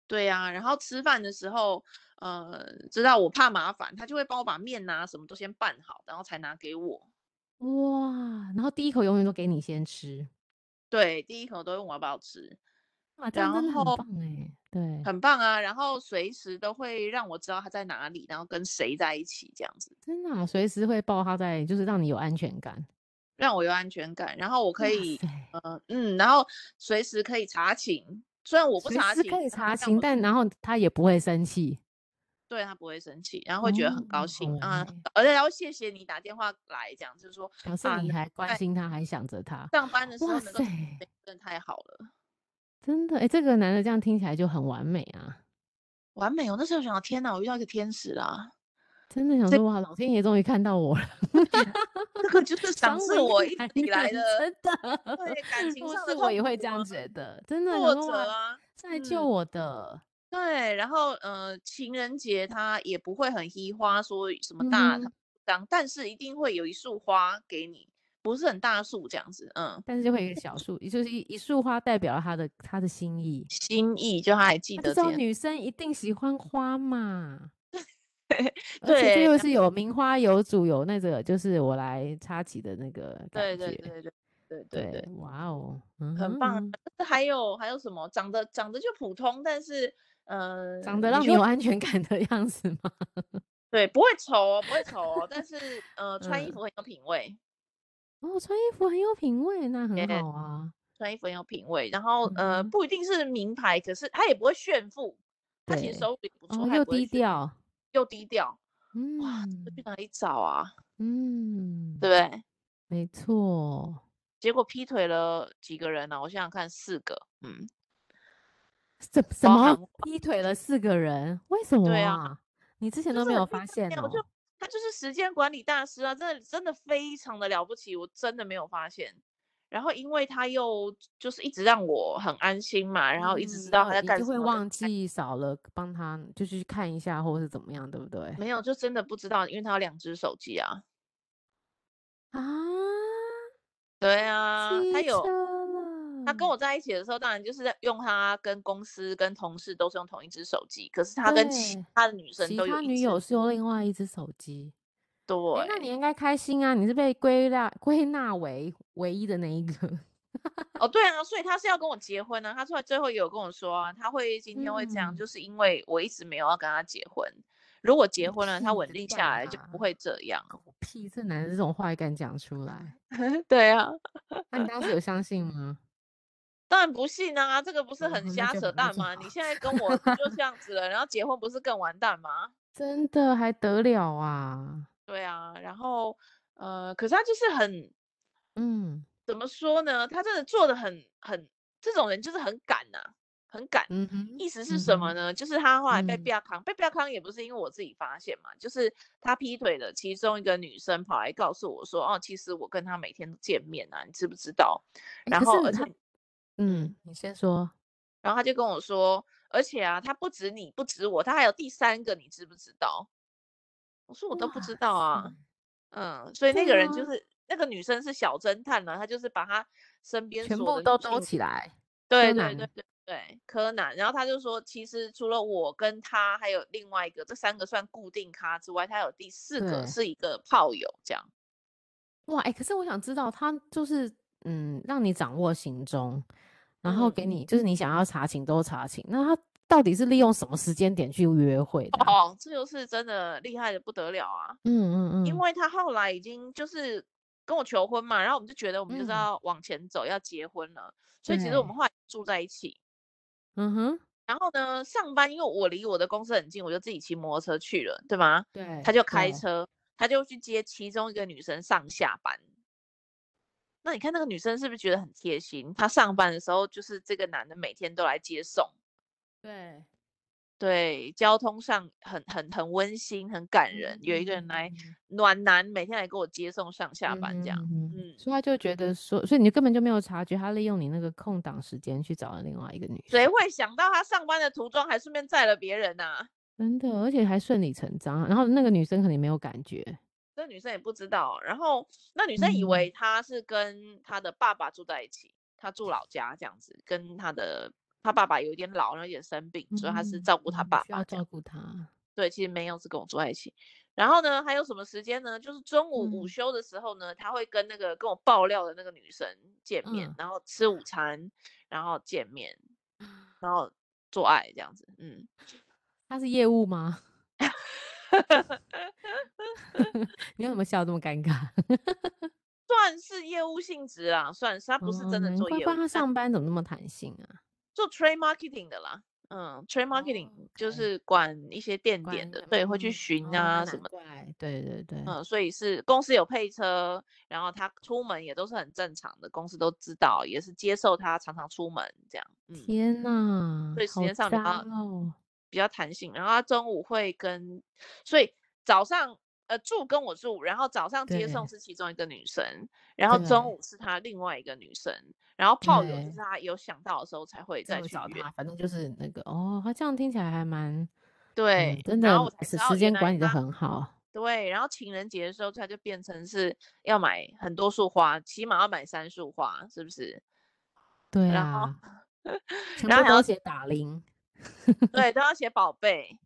Speaker 2: 对啊，然后吃饭的时候，呃，知道我怕麻烦，他就会帮我把面啊什么都先拌好，然后才拿给我。
Speaker 1: 哇，然后第一口永远都给你先吃，
Speaker 2: 对，第一口都会问我要不要吃，
Speaker 1: 哇，这样
Speaker 2: 然
Speaker 1: 真的很
Speaker 2: 后
Speaker 1: 棒哎，对，
Speaker 2: 很棒啊。然后随时都会让我知道他在哪里，然后跟谁在一起这样子。
Speaker 1: 真的、啊、随时会抱他在，就是让你有安全感。
Speaker 2: 让我有安全感，然后我可
Speaker 1: 哇
Speaker 2: 以，
Speaker 1: 塞，
Speaker 2: 呃，嗯，然后随时可以查寝，虽然我不
Speaker 1: 随
Speaker 2: 查
Speaker 1: 时
Speaker 2: 寝，
Speaker 1: 可以
Speaker 2: 但他
Speaker 1: 查
Speaker 2: 让
Speaker 1: 情，
Speaker 2: 我
Speaker 1: 但然后他也不会生气
Speaker 2: 对他不会生气，然后会觉得
Speaker 1: 哦，
Speaker 2: 很高
Speaker 1: 好
Speaker 2: 兴
Speaker 1: 完
Speaker 2: 啊
Speaker 1: 美，
Speaker 2: 而且他会谢谢你打电话来，这样就是说
Speaker 1: 表示
Speaker 2: 啊，
Speaker 1: 你
Speaker 2: 能
Speaker 1: 还关
Speaker 2: 在
Speaker 1: 心他，还想着他。
Speaker 2: 上班的时
Speaker 1: 哇
Speaker 2: 候能够
Speaker 1: 塞，
Speaker 2: 真的太好了，
Speaker 1: 真的哎，这个男的这样听起来就很完美啊！
Speaker 2: 完美哦！我那时候想到，天哪，我遇到一个天使
Speaker 1: (laughs)
Speaker 2: 啦，
Speaker 1: 真的想
Speaker 2: 这
Speaker 1: 说哇，老天爷终于看到我了，
Speaker 2: 这个就是赏
Speaker 1: 赏
Speaker 2: 识
Speaker 1: 我
Speaker 2: 我
Speaker 1: 一
Speaker 2: 一直
Speaker 1: 男
Speaker 2: 以来
Speaker 1: 人
Speaker 2: 的，
Speaker 1: 真的。
Speaker 2: 对感情
Speaker 1: 如果
Speaker 2: 上
Speaker 1: 是
Speaker 2: 的
Speaker 1: 我也
Speaker 2: 痛
Speaker 1: 会
Speaker 2: 苦
Speaker 1: 这样
Speaker 2: 啊
Speaker 1: 觉得，真的
Speaker 2: 挫
Speaker 1: 想说
Speaker 2: 折
Speaker 1: 哇，
Speaker 2: 啊，
Speaker 1: 是来救
Speaker 2: 嗯。
Speaker 1: 我的，
Speaker 2: 对，然后呃，情人节他也不会很稀花，说什么
Speaker 1: 嗯
Speaker 2: 大
Speaker 1: 哼，
Speaker 2: 张，但是一定会有一束花给你，不是很大束这样子，嗯，
Speaker 1: 但是就会有一个小树，也就是一一束花代表了他的他的心意。
Speaker 2: 心意就他还记
Speaker 1: 他就
Speaker 2: 得
Speaker 1: 知
Speaker 2: 这
Speaker 1: 道
Speaker 2: 件，
Speaker 1: 女生一定喜欢花
Speaker 2: (laughs)
Speaker 1: 嘛，而且这
Speaker 2: 对
Speaker 1: 又是有名花有主有那个，就是我来插旗的那个感
Speaker 2: 对
Speaker 1: 觉。
Speaker 2: 对对对对对
Speaker 1: 对
Speaker 2: 对，，
Speaker 1: 哇哦，嗯
Speaker 2: 很
Speaker 1: 哼
Speaker 2: 棒啊。
Speaker 1: 嗯，
Speaker 2: 但是还有还有什么长得长得就普通，但是呃，
Speaker 1: 长得
Speaker 2: 你
Speaker 1: 让你
Speaker 2: 就
Speaker 1: 有安全感的样子吗？
Speaker 2: 对不会丑哦，不会丑哦，但是呃，穿衣
Speaker 1: 嗯
Speaker 2: 服很有品味，
Speaker 1: (laughs) 哦，穿衣服很有品味，那很
Speaker 2: 对
Speaker 1: 好啊。
Speaker 2: 穿衣服很有品味，然后
Speaker 1: 嗯
Speaker 2: 呃，
Speaker 1: 哼，
Speaker 2: 不一定是名牌，可是他也不会炫富，他其实
Speaker 1: 对，
Speaker 2: 收入也不错，
Speaker 1: 哦，
Speaker 2: 他也
Speaker 1: 又
Speaker 2: 不会
Speaker 1: 低
Speaker 2: 炫。
Speaker 1: 调，
Speaker 2: 又低调，哇，这去
Speaker 1: 嗯
Speaker 2: 哪里找啊？
Speaker 1: 嗯，
Speaker 2: 对不对？
Speaker 1: 没错，
Speaker 2: 结果劈腿了几个人呢、我想想看，四个，嗯，
Speaker 1: 什什
Speaker 2: 包
Speaker 1: 么
Speaker 2: 含我，
Speaker 1: 劈腿了四个人？为什么
Speaker 2: 对啊，
Speaker 1: 啊？你之前
Speaker 2: 就
Speaker 1: 都
Speaker 2: 是
Speaker 1: 没
Speaker 2: 很
Speaker 1: 有
Speaker 2: 厉
Speaker 1: 发现
Speaker 2: 害，我就
Speaker 1: 哦？
Speaker 2: 他就是时间管理大师啊，真的真的非常的了不起，我真的没有发现。然后因为他又就是一直让我很安心嘛，然后一直知
Speaker 1: 嗯，然
Speaker 2: 道他
Speaker 1: 后
Speaker 2: 在
Speaker 1: 你
Speaker 2: 干
Speaker 1: 就
Speaker 2: 什
Speaker 1: 会
Speaker 2: 么，跟
Speaker 1: 忘记少了帮他，就去看一下或是怎么样，对不对？
Speaker 2: 没有就真的不知道，因为他有两只手机啊。
Speaker 1: 啊，
Speaker 2: 对啊，他
Speaker 1: 机车
Speaker 2: 有他跟
Speaker 1: 了，
Speaker 2: 我在一起的时候，当然就是在用他跟公司跟同事都是用同一只手机，可是他跟其
Speaker 1: 对，
Speaker 2: 他的女生
Speaker 1: 其
Speaker 2: 都有
Speaker 1: 他
Speaker 2: 一嗯
Speaker 1: 女
Speaker 2: 只。
Speaker 1: 友是用另外一只手机。哎，那你
Speaker 2: 对，
Speaker 1: 应该开心啊！你是被归纳归纳为唯一的那一个。 (laughs)
Speaker 2: 哦，对啊，所以他是要跟我结婚呢、啊他出来最后也有跟我说啊，他会今天会这样，
Speaker 1: 嗯，
Speaker 2: 就是因为我一直没有要跟他结婚。如果结
Speaker 1: 狗
Speaker 2: 婚了，他
Speaker 1: 屁，
Speaker 2: 稳
Speaker 1: 你
Speaker 2: 定下
Speaker 1: 怪
Speaker 2: 来就不
Speaker 1: 他，
Speaker 2: 会这样。 (laughs)
Speaker 1: 狗屁，这男的这种话也敢讲出来？
Speaker 2: 对啊，
Speaker 1: 那、你当时有相信吗？
Speaker 2: 当然不信啊，这个不是
Speaker 1: 嗯
Speaker 2: 很
Speaker 1: 那
Speaker 2: 瞎
Speaker 1: 就
Speaker 2: 扯
Speaker 1: 不要
Speaker 2: 淡
Speaker 1: 做
Speaker 2: 吗？你现在跟我不就这样子了，然后结婚不是更完蛋吗？
Speaker 1: 真的还得了啊？
Speaker 2: 对啊，然后呃，可是他就是很
Speaker 1: 嗯
Speaker 2: 怎么说呢？他真的做的很很，这种人就是很敢呐、很敢。
Speaker 1: 嗯哼，
Speaker 2: 意思是什么
Speaker 1: 嗯哼？
Speaker 2: 呢？就是他后来被
Speaker 1: 嗯
Speaker 2: 不要康，被不要康也不是因为我自己发现嘛，就是他劈腿的其中一个女生跑来告诉我说，哦，其实我跟他每天都见面啊，你知不知道？
Speaker 1: 诶
Speaker 2: 然
Speaker 1: 可
Speaker 2: 后
Speaker 1: 是
Speaker 2: 而且
Speaker 1: 他，嗯，你先说。
Speaker 2: 然后他就跟我说，而且啊，他不止你，不止我，他还有第三个，你知不知道？我说我都不知
Speaker 1: 哇
Speaker 2: 道
Speaker 1: 塞，
Speaker 2: 啊，嗯，所以那
Speaker 1: 对
Speaker 2: 个人就
Speaker 1: 啊，
Speaker 2: 是那个女生是小侦探呢、啊，她就是把她身边
Speaker 1: 全
Speaker 2: 所有
Speaker 1: 部
Speaker 2: 的女
Speaker 1: 都兜
Speaker 2: 性
Speaker 1: 起来，
Speaker 2: 对
Speaker 1: 柯
Speaker 2: 对
Speaker 1: 南。
Speaker 2: 对对对，柯南。然后他就说，其实除了我跟他，还有另外一个，这三个算固定咖之外，他有第四个
Speaker 1: 对，
Speaker 2: 是一个炮友，这样。
Speaker 1: 哇，哎、可是我想知道，他就是嗯，让你掌握行踪，然后
Speaker 2: 嗯，
Speaker 1: 给你就是你想要查寝都查寝，那他到底是利用什么时间点去约会的啊？
Speaker 2: 哦，这就是真的厉害的不得了啊！因
Speaker 1: 嗯
Speaker 2: 为他后来已经就是跟我求婚嘛，然后我们就觉得我们就
Speaker 1: 嗯
Speaker 2: 是
Speaker 1: 嗯，
Speaker 2: 要往前走，要结婚了，所以其实我们
Speaker 1: 对，
Speaker 2: 后来住在一起。
Speaker 1: 嗯哼，
Speaker 2: 然后呢，上班因为我离我的公司很近，我就自己骑摩托车去了，对吗？
Speaker 1: 对
Speaker 2: 他就开
Speaker 1: 对，
Speaker 2: 车，他就去接其中一个女生上下班。那你看那个女生是不是觉得很贴心？她上班的时候就是这个男的每天都来接送，
Speaker 1: 对，
Speaker 2: 对，交通上很很很温馨，很感人。有一个人来
Speaker 1: 嗯
Speaker 2: 暖男，每天来给我接送上下
Speaker 1: 嗯
Speaker 2: 班，这
Speaker 1: 哼
Speaker 2: 样，
Speaker 1: 嗯哼，
Speaker 2: 嗯，
Speaker 1: 所以他就觉得说，所以你根本就没有察觉他利用你那个空档时间去找了另外一个女
Speaker 2: 谁
Speaker 1: 生，
Speaker 2: 会想到他上班的途中还顺便载了别人呐、
Speaker 1: 真的，而且还顺理成章。啊然后那个女生肯定没有感觉，
Speaker 2: 这女生也不知道。然后那女生以为
Speaker 1: 嗯，
Speaker 2: 他是跟他的爸爸住在一起，他住老家这样子，跟他的他爸爸有一点老，然后有点生病，所以他是
Speaker 1: 嗯
Speaker 2: 照顾他
Speaker 1: 嗯，
Speaker 2: 爸
Speaker 1: 需
Speaker 2: 爸
Speaker 1: 要
Speaker 2: 这样。
Speaker 1: 照顾她，
Speaker 2: 对，其实没有是跟我住在一起。然后呢，还有什么时间呢？就是中午午
Speaker 1: 嗯
Speaker 2: 休的时候呢，他会跟那个跟我爆料的那个女生见面，
Speaker 1: 嗯。
Speaker 2: 然后吃午餐，然后见面，
Speaker 1: 啊
Speaker 2: 然后做爱这样子。嗯，
Speaker 1: 他是业务吗？ (laughs) 你为什么笑得这么尴尬？
Speaker 2: 算是业务性质啦，算是他不是
Speaker 1: 哦，
Speaker 2: 真的
Speaker 1: 难
Speaker 2: 做
Speaker 1: 怪，
Speaker 2: 业
Speaker 1: 不然
Speaker 2: 务，
Speaker 1: 他
Speaker 2: 但
Speaker 1: 上班怎么那么弹性啊？
Speaker 2: 做 trade marketing 的啦。嗯，trade
Speaker 1: 哦
Speaker 2: marketing 就
Speaker 1: ，OK，
Speaker 2: 是管一些店点
Speaker 1: 关
Speaker 2: 的，
Speaker 1: 于
Speaker 2: 对，会去
Speaker 1: 嗯，
Speaker 2: 巡
Speaker 1: 哦，那
Speaker 2: 啊什
Speaker 1: 难
Speaker 2: 么的。
Speaker 1: 怪，对对对，
Speaker 2: 嗯，所以是公司有配车，然后他出门也都是很正常的，公司都知道，也是接受他常常出门这样，嗯，
Speaker 1: 天呐，
Speaker 2: 所以时
Speaker 1: 好
Speaker 2: 间上比
Speaker 1: 渣
Speaker 2: 较
Speaker 1: 哦，
Speaker 2: 比较弹性。然后他中午会跟，所以早上呃住跟我住，然后早上接送
Speaker 1: 对
Speaker 2: 是其中一个女生，然后中
Speaker 1: 对
Speaker 2: 午是他另外一个女生，然后炮友就是
Speaker 1: 对，
Speaker 2: 他有想到的时候才会
Speaker 1: 再
Speaker 2: 再
Speaker 1: 会
Speaker 2: 去
Speaker 1: 找
Speaker 2: 约，
Speaker 1: 他，反正就是那个哦，他这样听起来还蛮，嗯，
Speaker 2: 对，
Speaker 1: 真
Speaker 2: 然
Speaker 1: 的
Speaker 2: 后我才知
Speaker 1: 时
Speaker 2: 道
Speaker 1: 时
Speaker 2: 原
Speaker 1: 间
Speaker 2: 来
Speaker 1: 管理的
Speaker 2: 他。
Speaker 1: 很好，
Speaker 2: 对，然后情人节的时候，它就变成是要买很多束花，起码要买三束花，是不是？ (laughs)
Speaker 1: 对
Speaker 2: 然后，
Speaker 1: 啊，全
Speaker 2: 然后
Speaker 1: 部
Speaker 2: 还
Speaker 1: 都
Speaker 2: 要
Speaker 1: 写打铃，
Speaker 2: 对都要写宝贝，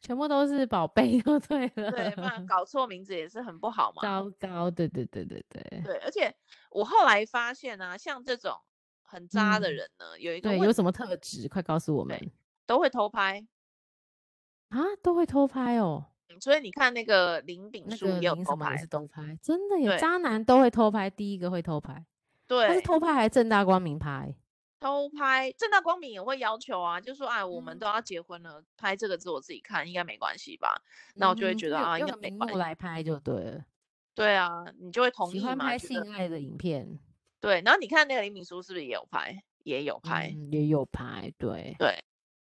Speaker 1: 全部都是宝贝就对
Speaker 2: 对，不然
Speaker 1: 了，
Speaker 2: 搞错名字也是很不好嘛。
Speaker 1: 糟糕，对对对对对，
Speaker 2: 对，而且我后来发现啊，像这种很渣的
Speaker 1: 嗯。
Speaker 2: 人呢，有一个
Speaker 1: 对，
Speaker 2: 问
Speaker 1: 有什么
Speaker 2: 题，
Speaker 1: 特质？快告诉我们
Speaker 2: 对，都会偷拍。
Speaker 1: 啊！都会偷拍哦，
Speaker 2: 嗯所以你看那个林炳
Speaker 1: 那
Speaker 2: 书
Speaker 1: 个
Speaker 2: 也有
Speaker 1: 林
Speaker 2: 偷
Speaker 1: 什么也
Speaker 2: 拍，
Speaker 1: 是偷拍，真的有
Speaker 2: 对
Speaker 1: 渣男都会偷拍，第一个会偷拍，他是
Speaker 2: 对，
Speaker 1: 偷拍还是正大光明拍？
Speaker 2: 偷拍，正大光明也会要求啊，就说哎，我们
Speaker 1: 嗯
Speaker 2: 都要结婚了，拍这个字我自己看，应该没关系吧？那我就会
Speaker 1: 嗯，
Speaker 2: 觉
Speaker 1: 就
Speaker 2: 得
Speaker 1: 有
Speaker 2: 啊，应
Speaker 1: 用
Speaker 2: 该没
Speaker 1: 名
Speaker 2: 关
Speaker 1: 目
Speaker 2: 系。
Speaker 1: 来拍就对了，
Speaker 2: 对啊，你就会同
Speaker 1: 喜
Speaker 2: 意
Speaker 1: 欢
Speaker 2: 嘛，
Speaker 1: 拍
Speaker 2: 觉得
Speaker 1: 性爱的影片，
Speaker 2: 对。然后你看那个林敏书是不是也有拍？也有拍，
Speaker 1: 嗯，也有拍，对，
Speaker 2: 对。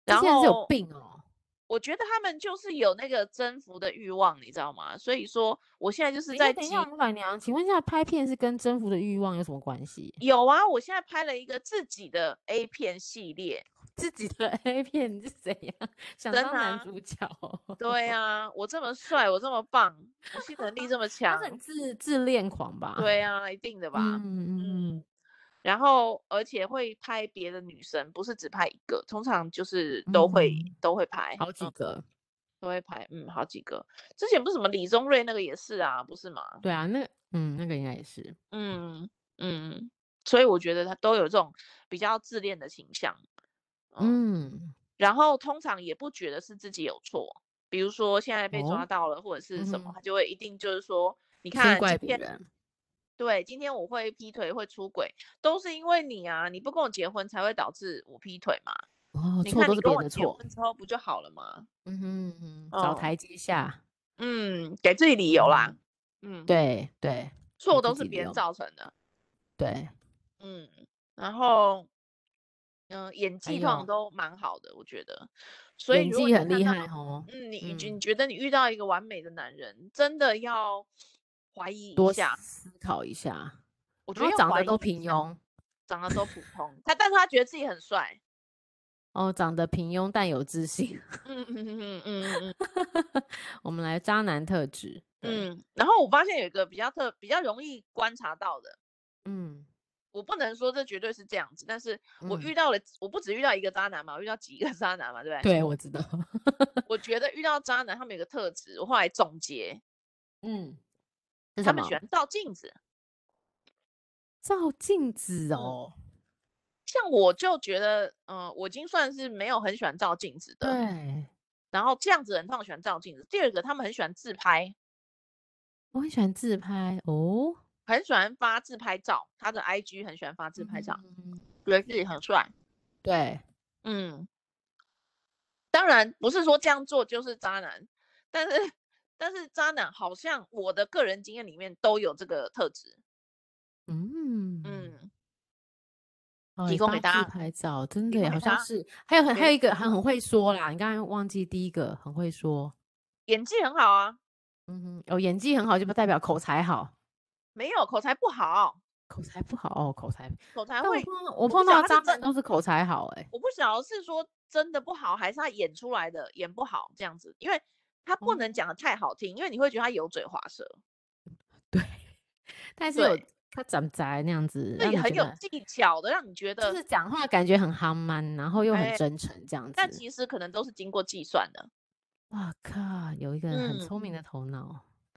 Speaker 1: 这
Speaker 2: 然
Speaker 1: 些人是有
Speaker 2: 后
Speaker 1: 病哦，
Speaker 2: 我觉得他们就是有那个征服的欲望，你知道吗？所以说，我现在就是
Speaker 1: 等一下，
Speaker 2: 在嗯
Speaker 1: 等一下，
Speaker 2: 集
Speaker 1: 老板娘，请问一下，拍片是跟征服的欲望有什么关系？ (laughs)
Speaker 2: 有啊，我现在拍了一个自己的 A 片系列，
Speaker 1: 自己的 (laughs) A 片你是怎样想
Speaker 2: 真
Speaker 1: 当
Speaker 2: 的
Speaker 1: 男
Speaker 2: 啊，
Speaker 1: 主角哦？
Speaker 2: 对啊，我这么帅，我这么棒，我性能力这么
Speaker 1: (laughs) 他是很
Speaker 2: 强，
Speaker 1: 自自恋狂吧？
Speaker 2: 啊对啊，一定的吧，嗯。
Speaker 1: 嗯嗯
Speaker 2: 然后而且会拍别的女生，不是只拍一个，通常就是都会
Speaker 1: 嗯，
Speaker 2: 都会拍，
Speaker 1: 好几
Speaker 2: 嗯，
Speaker 1: 个。
Speaker 2: 都会拍，嗯，好几个。之前不是什么李宗瑞那个也是啊，不是吗？
Speaker 1: 对啊，那个嗯，那个应该也是。
Speaker 2: 嗯嗯，所以我觉得他都有这种比较自恋的倾向，嗯，
Speaker 1: 嗯，
Speaker 2: 然后通常也不觉得是自己有错，比如说现在被抓
Speaker 1: 哦，
Speaker 2: 到了或者是
Speaker 1: 嗯
Speaker 2: 什么，
Speaker 1: 哼，
Speaker 2: 他就会一定就是说，你
Speaker 1: 先
Speaker 2: 看今
Speaker 1: 怪别
Speaker 2: 天。
Speaker 1: 人。
Speaker 2: 对，今天我会劈腿，会出轨，都是因为你啊！你不跟我结婚，才会导致我劈腿嘛。
Speaker 1: 哦，
Speaker 2: 你
Speaker 1: 错
Speaker 2: 看
Speaker 1: 都
Speaker 2: 你
Speaker 1: 是
Speaker 2: 跟
Speaker 1: 别
Speaker 2: 我
Speaker 1: 人的
Speaker 2: 结
Speaker 1: 错。
Speaker 2: 婚之后不就好了吗？
Speaker 1: 嗯哼嗯哼，找
Speaker 2: 哦
Speaker 1: 台阶下。
Speaker 2: 嗯，给自己理由啦。嗯，，
Speaker 1: 对对
Speaker 2: 错
Speaker 1: 给
Speaker 2: 都
Speaker 1: 自
Speaker 2: 是
Speaker 1: 己理
Speaker 2: 别人
Speaker 1: 由
Speaker 2: 造成的。
Speaker 1: 对，
Speaker 2: 嗯，然后，嗯、演技
Speaker 1: 有
Speaker 2: 通常都蛮好的，我觉得。所以
Speaker 1: 哎演
Speaker 2: 如果
Speaker 1: 技
Speaker 2: 你
Speaker 1: 很
Speaker 2: 看
Speaker 1: 厉
Speaker 2: 到
Speaker 1: 害哦，
Speaker 2: 嗯，你你觉
Speaker 1: 嗯
Speaker 2: 你觉得你遇到一个完美的男人，真的要怀疑一
Speaker 1: 多
Speaker 2: 下。
Speaker 1: 思考一下。
Speaker 2: 我觉
Speaker 1: 然
Speaker 2: 得
Speaker 1: 后
Speaker 2: 要
Speaker 1: 长
Speaker 2: 怀
Speaker 1: 得都
Speaker 2: 疑一
Speaker 1: 平
Speaker 2: 下，
Speaker 1: 庸
Speaker 2: 长得都普通，他但是他觉得自己很
Speaker 1: (laughs)
Speaker 2: 帅。
Speaker 1: 哦，长得平庸但有自信。
Speaker 2: 嗯嗯嗯嗯嗯嗯
Speaker 1: 我们来渣男特质。对，
Speaker 2: 嗯。然后我发现有一个比较特、比较容易观察到的，
Speaker 1: 嗯
Speaker 2: 我不能说这绝对是这样子，但是我遇
Speaker 1: 嗯，
Speaker 2: 到了，我不止遇到一个渣男嘛，我遇到几个 (laughs) 渣男嘛，对不对？
Speaker 1: 对，我知道。 (laughs)
Speaker 2: 我觉得遇到渣男，他们有个特质，我后来总结，
Speaker 1: 嗯，是
Speaker 2: 他
Speaker 1: 什
Speaker 2: 们喜
Speaker 1: 么？
Speaker 2: 欢照镜子。
Speaker 1: 照镜子
Speaker 2: 嗯，
Speaker 1: 哦。
Speaker 2: 像我就觉得，嗯、我已经算是没有很喜欢照镜子的。
Speaker 1: 对，
Speaker 2: 然后这样子的人通常喜欢照镜子。第二个，他们很喜欢自拍，
Speaker 1: 我很喜欢自拍哦。
Speaker 2: 很喜欢发自拍照，他的 IG 很喜欢发自拍照，
Speaker 1: 嗯，
Speaker 2: 觉得自己很帅。
Speaker 1: 对，
Speaker 2: 嗯，当然不是说这样做就是渣男，但是但是渣男好像我的个人经验里面都有这个特质。
Speaker 1: 嗯，
Speaker 2: 嗯，
Speaker 1: 哦，
Speaker 2: 提
Speaker 1: 你
Speaker 2: 供给
Speaker 1: 发
Speaker 2: 大
Speaker 1: 自
Speaker 2: 家，
Speaker 1: 拍照，真
Speaker 2: 提
Speaker 1: 的耶
Speaker 2: 供给
Speaker 1: 好
Speaker 2: 大
Speaker 1: 像
Speaker 2: 家，
Speaker 1: 是。还有很还
Speaker 2: 对，嗯
Speaker 1: 有一个很很会说啦，你刚才忘记第一个，很会说。
Speaker 2: 演技很好啊，
Speaker 1: 嗯哼，哦，演技很好就不代表口才好，
Speaker 2: 没有口才不好，
Speaker 1: 口才不好哦，口才。
Speaker 2: 口才
Speaker 1: 但我
Speaker 2: 会，
Speaker 1: 碰到我
Speaker 2: 我不
Speaker 1: 碰到
Speaker 2: 晓得
Speaker 1: 的
Speaker 2: 他是
Speaker 1: 渣男
Speaker 2: 真，
Speaker 1: 都是口才好、欸，哎，
Speaker 2: 我不晓得是说真的不好，还是他演出来的演不好这样子，因为他不
Speaker 1: 哦，
Speaker 2: 能讲的太好听，因为你会觉得他油嘴滑舌。
Speaker 1: 对，但是有
Speaker 2: 对，
Speaker 1: 他长宅那样子，
Speaker 2: 对，
Speaker 1: 让
Speaker 2: 也
Speaker 1: 你
Speaker 2: 很
Speaker 1: 觉
Speaker 2: 有
Speaker 1: 得
Speaker 2: 技巧的，让你觉
Speaker 1: 就
Speaker 2: 得，
Speaker 1: 是讲话感觉很憨蛮，然后又很
Speaker 2: 哎，
Speaker 1: 真诚这样
Speaker 2: 但
Speaker 1: 子。
Speaker 2: 其实可能都是经过计算的。
Speaker 1: 哇靠，有一个人很
Speaker 2: 嗯
Speaker 1: 聪明的头脑，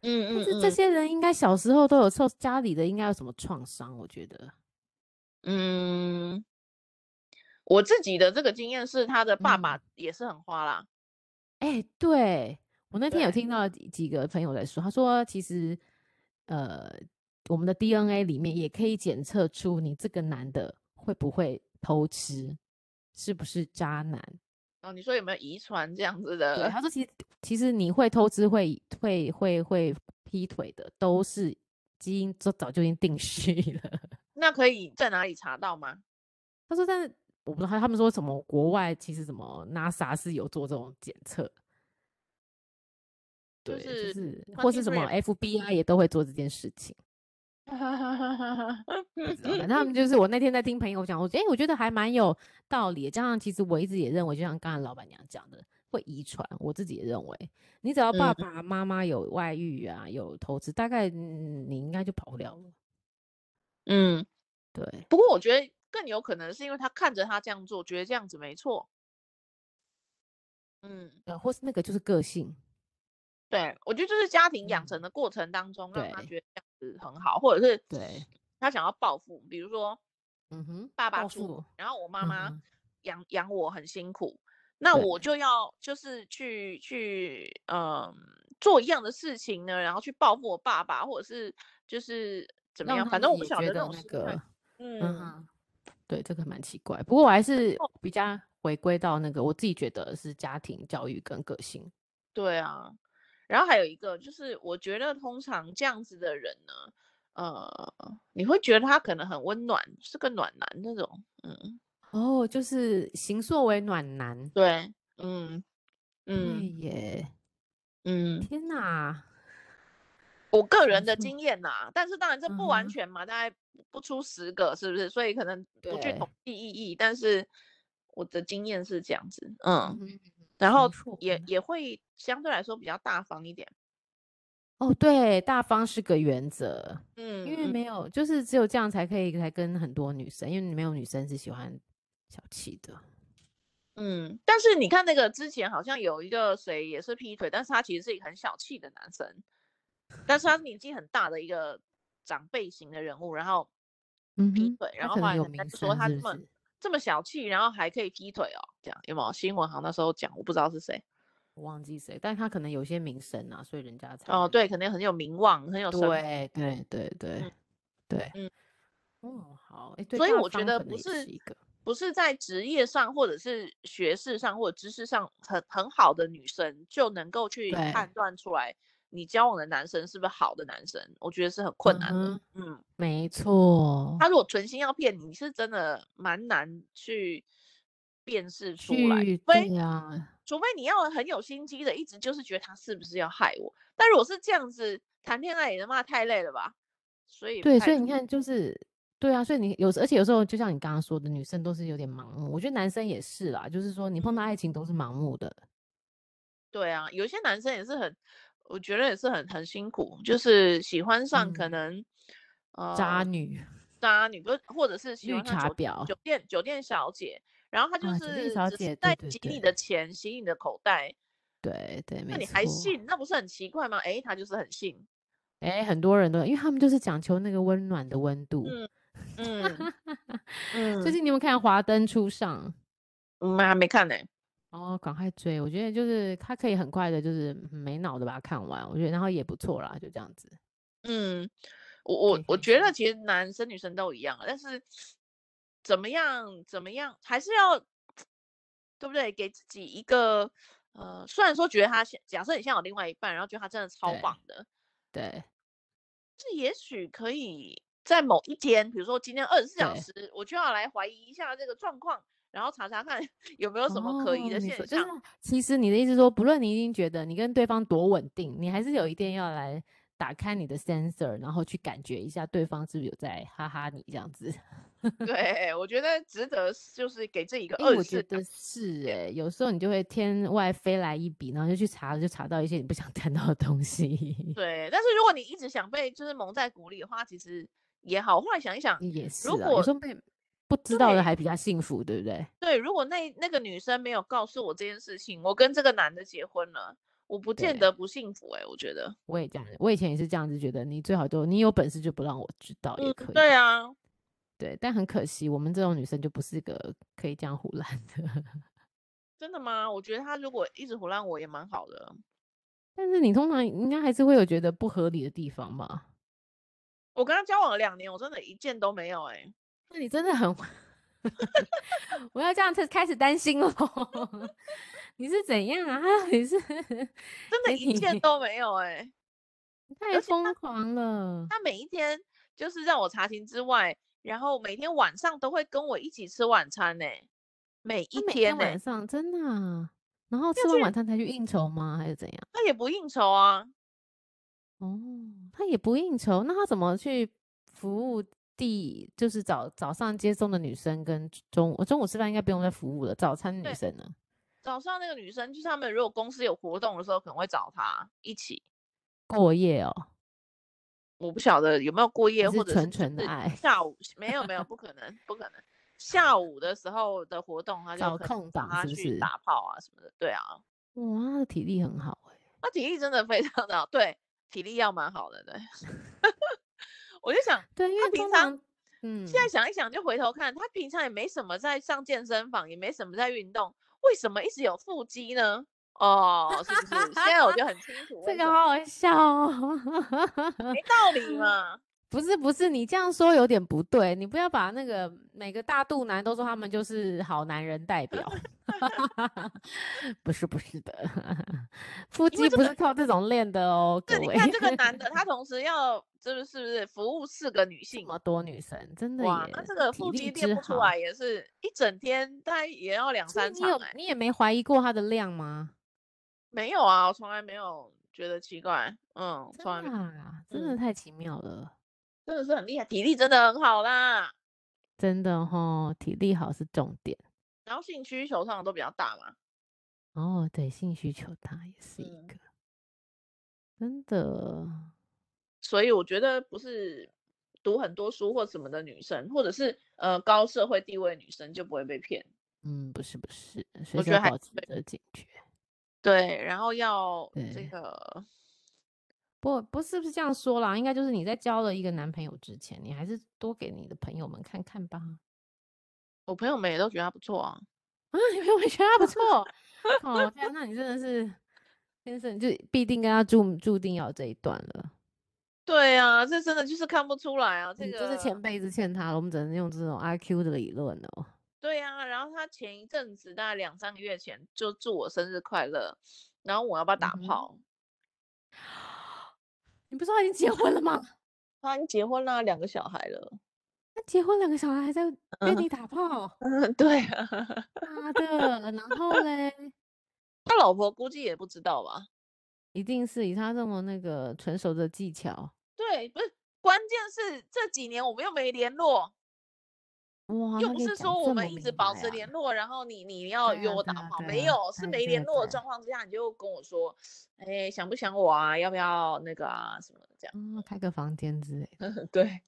Speaker 2: 嗯
Speaker 1: 但
Speaker 2: 嗯
Speaker 1: 是这
Speaker 2: 嗯
Speaker 1: 些人应该小时候都有受家里的应该有什么创伤，我觉得。
Speaker 2: 嗯，我自己的这个经验是，他的爸
Speaker 1: 嗯，
Speaker 2: 爸也是很花啦。
Speaker 1: 哎、对，我那天有
Speaker 2: 对，
Speaker 1: 听到几几个朋友在说，他说其实，呃，我们的 DNA 里面也可以检测出你这个男的会不会偷吃，是不是渣男。
Speaker 2: 然后哦你说有没有遗传这样
Speaker 1: 对，
Speaker 2: 子的？
Speaker 1: 他说其实其实你会偷吃会会会会劈腿的，都是基因早早就已经定序了。 (laughs)
Speaker 2: 那可以在哪里查到吗？
Speaker 1: 他说，但是我不知道他他们说什么国外其实什么 NASA 是有做这种检测，
Speaker 2: 就
Speaker 1: 对，就是是或是
Speaker 2: Twenty
Speaker 1: 什
Speaker 2: Three
Speaker 1: 么 FBI 也都会做这件事情。嗯不知道，反正他们就是我那天在听朋友讲，我觉得、诶我觉得还蛮有道理的。加上其实我一直也认为，就像刚才老板娘讲的，会遗传。我自己也认为，你只要爸
Speaker 2: 嗯，
Speaker 1: 爸妈妈有外遇啊，有投资，大概嗯你应该就跑不了了。
Speaker 2: 嗯，
Speaker 1: 对，
Speaker 2: 不过我觉得更有可能是因为他看着他这样做，觉得这样子没错。嗯，
Speaker 1: 呃，或是那个就是个性，
Speaker 2: 对，我觉得就是家庭养成
Speaker 1: 嗯，
Speaker 2: 的过程当中，让他
Speaker 1: 对
Speaker 2: 觉得这样子很好，或者是
Speaker 1: 对，
Speaker 2: 他想要报复，比如说
Speaker 1: 嗯哼，
Speaker 2: 爸爸
Speaker 1: 报
Speaker 2: 出国，
Speaker 1: 复，
Speaker 2: 然后我妈
Speaker 1: 嗯
Speaker 2: 妈
Speaker 1: 哼，
Speaker 2: 养养我很辛苦，那
Speaker 1: 对，
Speaker 2: 我就要就是去去嗯、呃做一样的事情呢，然后去报复我爸爸，或者是就是怎么
Speaker 1: 让
Speaker 2: 样，
Speaker 1: 他
Speaker 2: 反
Speaker 1: 们
Speaker 2: 正我不
Speaker 1: 也
Speaker 2: 晓
Speaker 1: 觉
Speaker 2: 得这
Speaker 1: 得
Speaker 2: 种
Speaker 1: 那
Speaker 2: 心态，
Speaker 1: 个，嗯
Speaker 2: 嗯。
Speaker 1: 哼，对，这个蛮奇怪。不过我还是
Speaker 2: 哦
Speaker 1: 比较回归到那个，我自己觉得是家庭教育跟个性。
Speaker 2: 对啊，然后还有一个就是，我觉得通常这样子的人呢，呃，你会觉得他可能很温暖，是个暖男那种，嗯，
Speaker 1: 哦，就是行硕为暖男，
Speaker 2: 对，嗯
Speaker 1: 对
Speaker 2: 嗯
Speaker 1: 耶！
Speaker 2: 嗯，
Speaker 1: 天哪，
Speaker 2: 我个人
Speaker 1: 行
Speaker 2: 的
Speaker 1: 硕，
Speaker 2: 经验呐，但是当然这
Speaker 1: 嗯
Speaker 2: 不完
Speaker 1: 哼，
Speaker 2: 全嘛，大概不不出十个，是不是？所以可能不具
Speaker 1: 对，
Speaker 2: 统计意义，但是我的经验是这样子，
Speaker 1: 嗯
Speaker 2: 嗯，
Speaker 1: 哼，
Speaker 2: 然
Speaker 1: 行
Speaker 2: 后
Speaker 1: 硕为
Speaker 2: 也
Speaker 1: 暖。
Speaker 2: 也会相对来说比较大方一点，
Speaker 1: 哦，对，大方是个原则，因
Speaker 2: 嗯
Speaker 1: 为
Speaker 2: 嗯，
Speaker 1: 没有，就是只有这样才可以才跟很多女生，因为你没有女生是喜欢小气的。
Speaker 2: 嗯，但是你看那个之前好像有一个谁也是劈腿，但是他其实是一个很小气的男生，但是他年纪很大的一个长辈型的人物，然后
Speaker 1: 嗯
Speaker 2: 劈
Speaker 1: 哼，
Speaker 2: 腿，然
Speaker 1: 他可
Speaker 2: 后后
Speaker 1: 能
Speaker 2: 来
Speaker 1: 有
Speaker 2: 人家
Speaker 1: 名
Speaker 2: 就说
Speaker 1: 声，
Speaker 2: 他
Speaker 1: 是
Speaker 2: 这
Speaker 1: 不
Speaker 2: 么
Speaker 1: 是？
Speaker 2: 这么小气，然后还可以劈腿哦，这样有没有？新闻好像那时候讲，我不知道是谁。
Speaker 1: 我忘记谁，但他可能有些名声啊，所以人家才
Speaker 2: 哦，
Speaker 1: 会。
Speaker 2: 对，可能很有名望，很有声名。
Speaker 1: 对对对对，
Speaker 2: 嗯，
Speaker 1: 对，
Speaker 2: 嗯，
Speaker 1: 哦，好，哎，对，
Speaker 2: 所以
Speaker 1: 大
Speaker 2: 我觉
Speaker 1: 方
Speaker 2: 得
Speaker 1: 可能
Speaker 2: 不
Speaker 1: 也是
Speaker 2: 是
Speaker 1: 一个，
Speaker 2: 不是在职业上或者是学识上或者知识上很很好的女生就能够去
Speaker 1: 对
Speaker 2: 判断出来你交往的男生是不是好的男生，我觉得是很困难的。
Speaker 1: 嗯
Speaker 2: 嗯，
Speaker 1: 没错，
Speaker 2: 他如果存心要骗你，你是真的蛮难去辨识出来，
Speaker 1: 去
Speaker 2: 除非
Speaker 1: 对啊，
Speaker 2: 除非你要很有心机的，一直就是觉得他是不是要害我。但如果是这样子谈恋爱，也他妈太累了吧？所以不
Speaker 1: 对，
Speaker 2: 太
Speaker 1: 所以你
Speaker 2: 可能
Speaker 1: 看，就是对啊，所以你有时，而且有时候就像你刚刚说的，女生都是有点盲目，我觉得男生也是啦，就是说你碰到爱情都是盲目的，
Speaker 2: 对啊，有些男生也是很，我觉得也是很很辛苦，就是喜欢上可
Speaker 1: 嗯
Speaker 2: 能，
Speaker 1: 渣
Speaker 2: 呃，
Speaker 1: 女、
Speaker 2: 渣女不是，或者是喜
Speaker 1: 绿
Speaker 2: 欢上
Speaker 1: 茶
Speaker 2: 酒
Speaker 1: 婊
Speaker 2: 酒店酒店小姐，然后他就
Speaker 1: 啊，酒店
Speaker 2: 是
Speaker 1: 小
Speaker 2: 只是
Speaker 1: 姐，对
Speaker 2: 在
Speaker 1: 对
Speaker 2: 洗你的
Speaker 1: 对
Speaker 2: 钱，洗你的口袋，
Speaker 1: 对对，
Speaker 2: 那
Speaker 1: 没
Speaker 2: 你还
Speaker 1: 错。
Speaker 2: 信，那不是很奇怪吗？诶，他就是
Speaker 1: (laughs)
Speaker 2: 很信，
Speaker 1: 哎，很多人都，因为他们就是讲求那个温暖的温度。
Speaker 2: 嗯
Speaker 1: (laughs)
Speaker 2: 嗯
Speaker 1: 最
Speaker 2: 嗯，
Speaker 1: 近你有没有看《华灯初上》？
Speaker 2: 嗯，还没看呢、
Speaker 1: 哦，赶快追！我觉得就是它可以很快的，就是没脑的把它看完，我觉得然后也不错啦，就这样子，
Speaker 2: 嗯，我
Speaker 1: 可
Speaker 2: 我
Speaker 1: 以
Speaker 2: 我
Speaker 1: 看一
Speaker 2: 觉
Speaker 1: 下。
Speaker 2: 得其实男生女生都一样啊，但是怎么样怎么样，还是要对不对？给自己一个呃，虽然说觉得他现假设你现在有另外一半，然后觉得他真的超
Speaker 1: 对
Speaker 2: 棒的，
Speaker 1: 对
Speaker 2: 这也许可以在某一天，比如说今天二十四小
Speaker 1: 对，
Speaker 2: 时，我就要来怀疑一下这个状况，然后查查看有没有什么可疑
Speaker 1: 哦，
Speaker 2: 的
Speaker 1: 你
Speaker 2: 现
Speaker 1: 说就是
Speaker 2: 象。
Speaker 1: 其实你的意思说，不论你已经觉得你跟对方多稳定，你还是有一天要来打开你的 sensor，然后去感觉一下对方是不是有在哈哈你这样
Speaker 2: (laughs)
Speaker 1: 子。
Speaker 2: 对，我觉得值得就是给自己一个
Speaker 1: 哎、
Speaker 2: 二
Speaker 1: 我
Speaker 2: 十
Speaker 1: 觉
Speaker 2: 四小
Speaker 1: 得
Speaker 2: 时
Speaker 1: 是
Speaker 2: 点。
Speaker 1: 哎、有时候你就会天外飞来一笔，然后就去查了，就查到一些你不想 (laughs) 看到的东西。
Speaker 2: 对，但是如果你一直想被就是蒙在鼓里的话，其实也好。我后来想一想，
Speaker 1: 也
Speaker 2: 如
Speaker 1: 是啊，有
Speaker 2: 果
Speaker 1: 时候被不知道的
Speaker 2: 对
Speaker 1: 还比较幸福，对不对？
Speaker 2: 对，如果那那个女生没有告诉我这件事情，我跟这个男的结婚了，我不见
Speaker 1: 对，
Speaker 2: 得不幸福哎、我觉得，
Speaker 1: 我也这样，我以前也是这样子觉得，你最好就你有本事就不让我知道也
Speaker 2: 嗯，
Speaker 1: 可以。
Speaker 2: 对啊，
Speaker 1: 对，但很可惜，我们这种女生就不是个可以这样胡乱的。
Speaker 2: 真的吗？我觉得他如果一直胡乱我也蛮好的。
Speaker 1: 但是你通常应该还是会有觉得不合理的地方吧？
Speaker 2: 我跟他交往了两年，我真的一件都没有哎、
Speaker 1: 那你真的很 (laughs) 我要这样子开始担心了。 (laughs) 你是怎样啊？ (laughs) 你
Speaker 2: (laughs)
Speaker 1: 是
Speaker 2: 真的
Speaker 1: 给
Speaker 2: 一件
Speaker 1: 哎你
Speaker 2: 都没有哎、
Speaker 1: 太
Speaker 2: 而且
Speaker 1: 疯
Speaker 2: 他
Speaker 1: 狂了。
Speaker 2: 他每一天就是让我查勤之外，然后每天晚上都会跟我一起吃晚餐呢、每
Speaker 1: 他
Speaker 2: 一
Speaker 1: 每
Speaker 2: 天
Speaker 1: 天
Speaker 2: 欸呢、
Speaker 1: 晚上真的啊，然后
Speaker 2: 要
Speaker 1: 吃完晚
Speaker 2: 去
Speaker 1: 餐才去应酬吗？还是怎样？
Speaker 2: 他也不应酬啊。
Speaker 1: 哦，他也不应酬，那他怎么去服务第就是早早上接送的女生跟中午中午吃饭应该不用再服务了，早餐女
Speaker 2: 对，
Speaker 1: 生呢？
Speaker 2: 早上那个女生，就是他们如果公司有活动的时候，可能会找她一起。
Speaker 1: 过夜哦，
Speaker 2: 我不晓得有没有过夜，
Speaker 1: 还是
Speaker 2: 或者是
Speaker 1: 纯
Speaker 2: 就
Speaker 1: 纯的
Speaker 2: 是
Speaker 1: 爱？
Speaker 2: 下午没有没有，不可能不可能。下午的时候的活动，他就
Speaker 1: 找
Speaker 2: 可能
Speaker 1: 空
Speaker 2: 找
Speaker 1: 档
Speaker 2: 她
Speaker 1: 是不
Speaker 2: 去
Speaker 1: 是？
Speaker 2: 打炮啊什么的。对啊，
Speaker 1: 哇，嗯他的体力很好哎、
Speaker 2: 那体力真的非常的好，对，体力要蛮好的。对， (laughs) 我就想
Speaker 1: 对，因
Speaker 2: 他
Speaker 1: 为
Speaker 2: 平
Speaker 1: 通
Speaker 2: 常
Speaker 1: 常，
Speaker 2: 现在
Speaker 1: 嗯，
Speaker 2: 想一想，就回头看，他平常也没什么在上健身房，也没什么在运动，为什么一直有腹肌呢？哦，是不是？现在我就很清楚
Speaker 1: 这
Speaker 2: 为
Speaker 1: 个
Speaker 2: 什么。
Speaker 1: 好好笑哦。 (laughs)
Speaker 2: 没道理嘛。
Speaker 1: 不是不是，你这样说有点不对，你不要把那个每个大肚腩都说他们就是好男人代表， (laughs) 不是不是的，腹
Speaker 2: 因
Speaker 1: 肌
Speaker 2: 为这
Speaker 1: 不
Speaker 2: 个
Speaker 1: 是靠这种练的哦，各
Speaker 2: 是，你
Speaker 1: 位，
Speaker 2: 看
Speaker 1: (laughs)
Speaker 2: 这个男的，他同时要就是是不是服务四个女
Speaker 1: 这
Speaker 2: 性？
Speaker 1: 么多女生真的
Speaker 2: 哇，那
Speaker 1: 耶，
Speaker 2: 这个
Speaker 1: 体
Speaker 2: 腹
Speaker 1: 力
Speaker 2: 肌练
Speaker 1: 之
Speaker 2: 不出
Speaker 1: 好，
Speaker 2: 来，也是一整天，大概也要两
Speaker 1: 所以
Speaker 2: 三
Speaker 1: 你
Speaker 2: 场
Speaker 1: 有
Speaker 2: 哎、
Speaker 1: 你也没怀疑过他的量吗？
Speaker 2: 没有啊，我从来没有觉得奇怪，嗯，
Speaker 1: 真
Speaker 2: 从来没
Speaker 1: 的啊，真的
Speaker 2: 嗯，
Speaker 1: 太奇妙了，
Speaker 2: 真的是很厉害，体力真的很好啦。
Speaker 1: 真的吼，体力好是重点
Speaker 2: 然后性需求通常都比较大嘛，
Speaker 1: 哦，对，性需求大也是一
Speaker 2: 嗯，
Speaker 1: 个真的。
Speaker 2: 所以我觉得不是读很多书或什么的女生，或者是呃高社会地位的女生就不会被骗，
Speaker 1: 嗯，不是不是，随
Speaker 2: 我
Speaker 1: 时
Speaker 2: 觉
Speaker 1: 要
Speaker 2: 得还
Speaker 1: 保
Speaker 2: 是
Speaker 1: 持
Speaker 2: 会
Speaker 1: 着警觉。
Speaker 2: 对，然后要这
Speaker 1: 对，
Speaker 2: 个。
Speaker 1: 不不是不是这样说啦，应该就是你在交了一个男朋友之前，你还是多给你的朋友们看看吧。 (laughs)
Speaker 2: 我朋友们也都觉得他不错啊。
Speaker 1: 啊，你朋友们觉得他不错，哦天啊，那你真的是先生，就必定跟他注注定要有这一段了。
Speaker 2: 对啊，这真的就是看不出来啊，这
Speaker 1: 嗯
Speaker 2: 个
Speaker 1: 就是前辈一直欠他了，我们只能用这种 IQ 的理论哦。
Speaker 2: 对呀、然后他前一阵子大概两三个月前就祝我生日快乐，然后我要不要打
Speaker 1: 嗯哼
Speaker 2: 炮？
Speaker 1: 你不是说他已经结婚了
Speaker 2: (laughs)
Speaker 1: 吗？
Speaker 2: 他已经结婚啦，两个小孩
Speaker 1: (laughs)
Speaker 2: 了。
Speaker 1: 他结婚两个小孩还在跟你打炮，
Speaker 2: 嗯，对啊，
Speaker 1: 妈的！然后嘞，
Speaker 2: (laughs) 他老婆估计也不知道吧？
Speaker 1: 一定是以他这么那个成熟的技巧，
Speaker 2: 对，不是，关键是这几年我们又没联络，
Speaker 1: 哇，
Speaker 2: 又
Speaker 1: 哦他
Speaker 2: 不
Speaker 1: 可以
Speaker 2: 是
Speaker 1: 讲
Speaker 2: 说
Speaker 1: 这
Speaker 2: 我
Speaker 1: 么
Speaker 2: 们一
Speaker 1: 明
Speaker 2: 直保
Speaker 1: 白
Speaker 2: 持
Speaker 1: 啊
Speaker 2: 联络，然后你你要
Speaker 1: 对
Speaker 2: 约
Speaker 1: 啊
Speaker 2: 我打
Speaker 1: 对啊
Speaker 2: 炮，
Speaker 1: 对
Speaker 2: 没
Speaker 1: 啊
Speaker 2: 有，是
Speaker 1: 对
Speaker 2: 没联
Speaker 1: 对
Speaker 2: 络的
Speaker 1: 对
Speaker 2: 状况之下，你就跟我说，哎，想不想我啊？要不要那个啊？什么的这样？ (laughs)
Speaker 1: 嗯，开个房间之类的，
Speaker 2: 对，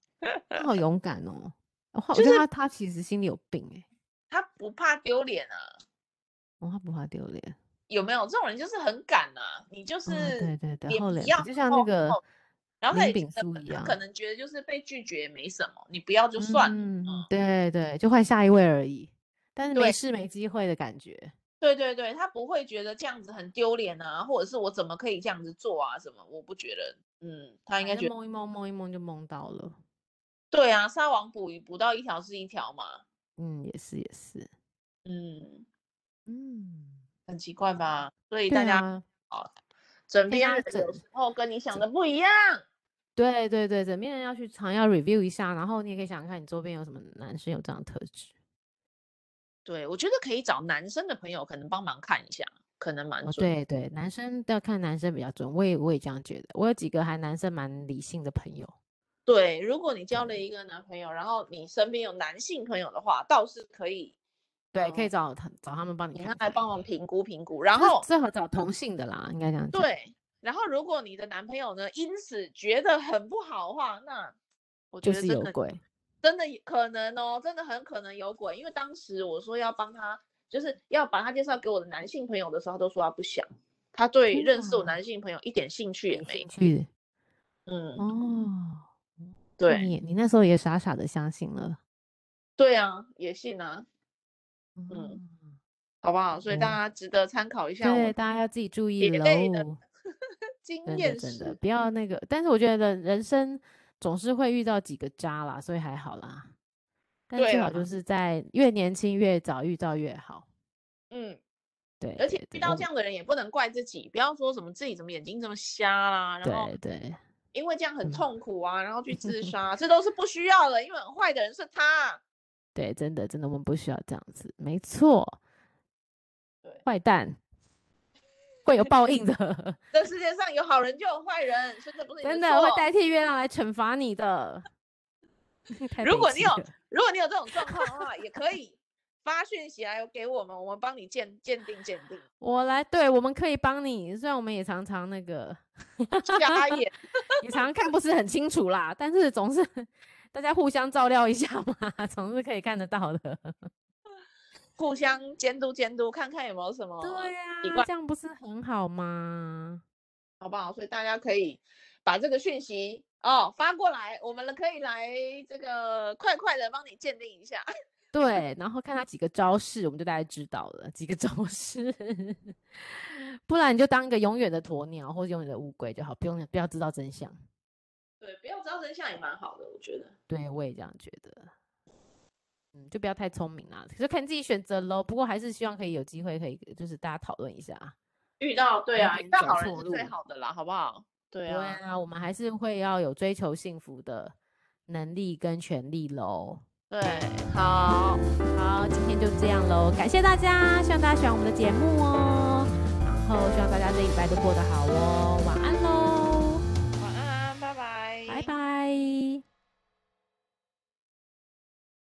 Speaker 1: 他好勇敢哦。我我
Speaker 2: 就
Speaker 1: 觉得
Speaker 2: 是
Speaker 1: 他他其实心里有病哎、
Speaker 2: 他不怕丢脸啊，
Speaker 1: 哦，他不怕丢脸。
Speaker 2: 有没有？这种人就是很敢啊，你就
Speaker 1: 啊，
Speaker 2: 是
Speaker 1: 对对对，
Speaker 2: 脸哦
Speaker 1: 厚
Speaker 2: 皮
Speaker 1: 脸
Speaker 2: 要
Speaker 1: 皮，就像
Speaker 2: 厚
Speaker 1: 那个
Speaker 2: 厚然后他
Speaker 1: 林
Speaker 2: 也觉
Speaker 1: 炳
Speaker 2: 得
Speaker 1: 书一
Speaker 2: 他
Speaker 1: 样
Speaker 2: 可能觉得就是被拒绝没什么，你不要就算了。
Speaker 1: 嗯
Speaker 2: 嗯，
Speaker 1: 对对，就换下一位而已，但是没
Speaker 2: 对
Speaker 1: 事没机会的感觉。
Speaker 2: 对对对，他不会觉得这样子很丢脸啊，或者是我怎么可以这样子做啊？什么？我不觉得，嗯，他应该
Speaker 1: 反
Speaker 2: 觉
Speaker 1: 正
Speaker 2: 得
Speaker 1: 梦一梦，梦一梦就梦到了。
Speaker 2: 对啊，撒网捕鱼，捕到一条是一条嘛，
Speaker 1: 嗯，也是也是，
Speaker 2: 嗯，
Speaker 1: 嗯，
Speaker 2: 很奇怪吧？所以
Speaker 1: 对
Speaker 2: 大家
Speaker 1: 啊，
Speaker 2: 好，枕
Speaker 1: 大
Speaker 2: 边
Speaker 1: 家
Speaker 2: 人有
Speaker 1: 枕
Speaker 2: 时候跟你想的不一样，
Speaker 1: 对对对，枕边人要去常要 review 一下，然后你也可以想想看你周边有什么男生有这样的特质。
Speaker 2: 对我觉得可以找男生的朋友可能帮忙看一下，可能蛮
Speaker 1: 哦，
Speaker 2: 准。
Speaker 1: 对对，男生要看男生比较准，我也我也这样觉得。我有几个还男生蛮理性的朋友，
Speaker 2: 对，如果你交了
Speaker 1: 嗯
Speaker 2: 一个男朋友，然后你身边有男性朋友的话，倒是可以，
Speaker 1: 对，可以
Speaker 2: 嗯
Speaker 1: 找他找他们帮你
Speaker 2: 请
Speaker 1: 看
Speaker 2: 他
Speaker 1: 看，
Speaker 2: 来帮忙评估评估。然
Speaker 1: 就是
Speaker 2: 后
Speaker 1: 最好找同性的啦，应该这样讲。
Speaker 2: 对，然后如果你的男朋友呢因此觉得很不好的话，那我觉
Speaker 1: 就
Speaker 2: 得
Speaker 1: 是
Speaker 2: 真
Speaker 1: 有
Speaker 2: 的
Speaker 1: 鬼，
Speaker 2: 真的可能哦，真的很可能有鬼。因为当时我说要帮他，就是要把他介绍给我的男性朋友的时候，他都说他不想，他对
Speaker 1: 天
Speaker 2: 认识我
Speaker 1: 哪
Speaker 2: 男性朋友一点兴趣也
Speaker 1: 没
Speaker 2: 没
Speaker 1: 兴。趣
Speaker 2: 嗯，
Speaker 1: 哦。那
Speaker 2: 对
Speaker 1: 你也你那时候也傻傻的相信了，
Speaker 2: 对啊，也信啊，
Speaker 1: 嗯，
Speaker 2: 好不好？所以大
Speaker 1: 哦
Speaker 2: 家值得参考一下我
Speaker 1: 对，
Speaker 2: 们
Speaker 1: 大家要自己注意
Speaker 2: 别类的
Speaker 1: 喽，
Speaker 2: (laughs) 经
Speaker 1: 真的
Speaker 2: 验
Speaker 1: 真的
Speaker 2: 是
Speaker 1: 不要那个，但是我觉得人生总是会遇到几个渣啦，所以还好啦，但
Speaker 2: 对啊
Speaker 1: 最好
Speaker 2: 啦
Speaker 1: 就，是在越年轻越早遇到越好，
Speaker 2: 嗯，
Speaker 1: 对，
Speaker 2: 而且
Speaker 1: 对
Speaker 2: 遇
Speaker 1: 对嗯
Speaker 2: 到
Speaker 1: 我
Speaker 2: 这样的人也不能怪自己，不要说什么自己怎么眼睛这么瞎啦、然后
Speaker 1: 对对，
Speaker 2: 因为这样很
Speaker 1: 嗯
Speaker 2: 痛苦啊，然后
Speaker 1: (laughs)
Speaker 2: 去自杀，这都是不需要的，因为很坏的人是他。
Speaker 1: 对，真的真的，我们不需要这样子，没错，
Speaker 2: 对
Speaker 1: 坏蛋会有报
Speaker 2: (laughs)
Speaker 1: 应的，
Speaker 2: 这世界上有好人就有坏人，所以这不是你
Speaker 1: 真
Speaker 2: 的
Speaker 1: 的会
Speaker 2: 错
Speaker 1: 代替月亮来惩罚你的。 (laughs) 太
Speaker 2: 如
Speaker 1: 悲
Speaker 2: 果你
Speaker 1: 戚
Speaker 2: 有
Speaker 1: 了
Speaker 2: 如果你有这种状况的话，也可以发讯息来给我们，我们帮你鉴鉴定鉴
Speaker 1: (laughs)
Speaker 2: 定。
Speaker 1: 我来，对，我们可以帮你。虽然我们也常常那个，
Speaker 2: 瞎眼，
Speaker 1: 也常常看不是很清楚啦，但是总是大家互相照料一下嘛， (laughs) 总是可以看得到的。
Speaker 2: 互相监督监督，看看有没有什么
Speaker 1: 对呀、
Speaker 2: 奇怪
Speaker 1: 这样不是很好吗？
Speaker 2: 好不好？所以大家可以把这个讯息哦发过来，我们可以来这个快快的帮你鉴定一下。 (laughs)
Speaker 1: 对，然后看他几个招式，我们就大概知道了几个招式。 (laughs) 不然你就当一个永远的鸵鸟或者永远的乌龟就好，不用不要知道真相。
Speaker 2: 对，不要知道真相也蛮好的，我觉得。
Speaker 1: 对，我也这样觉得。嗯，就不要太聪明啦，可是看自己选择喽。不过还是希望可以有机会，可以就是大家讨论一下啊。
Speaker 2: 遇到对
Speaker 1: 有
Speaker 2: 啊，
Speaker 1: 点
Speaker 2: 遇到
Speaker 1: 走
Speaker 2: 好人
Speaker 1: 错
Speaker 2: 是最
Speaker 1: 路
Speaker 2: 好的啦，好不好？对
Speaker 1: 对
Speaker 2: 啊，
Speaker 1: 啊，我们还是会要有追求幸福的能力跟权利喽。
Speaker 2: 对，好，
Speaker 1: 好，今天就这样喽，感谢大家，希望大家喜欢我们的节目哦。然后希望大家这礼拜都过得好哦，晚安喽，
Speaker 2: 晚安，拜拜，
Speaker 1: 拜拜。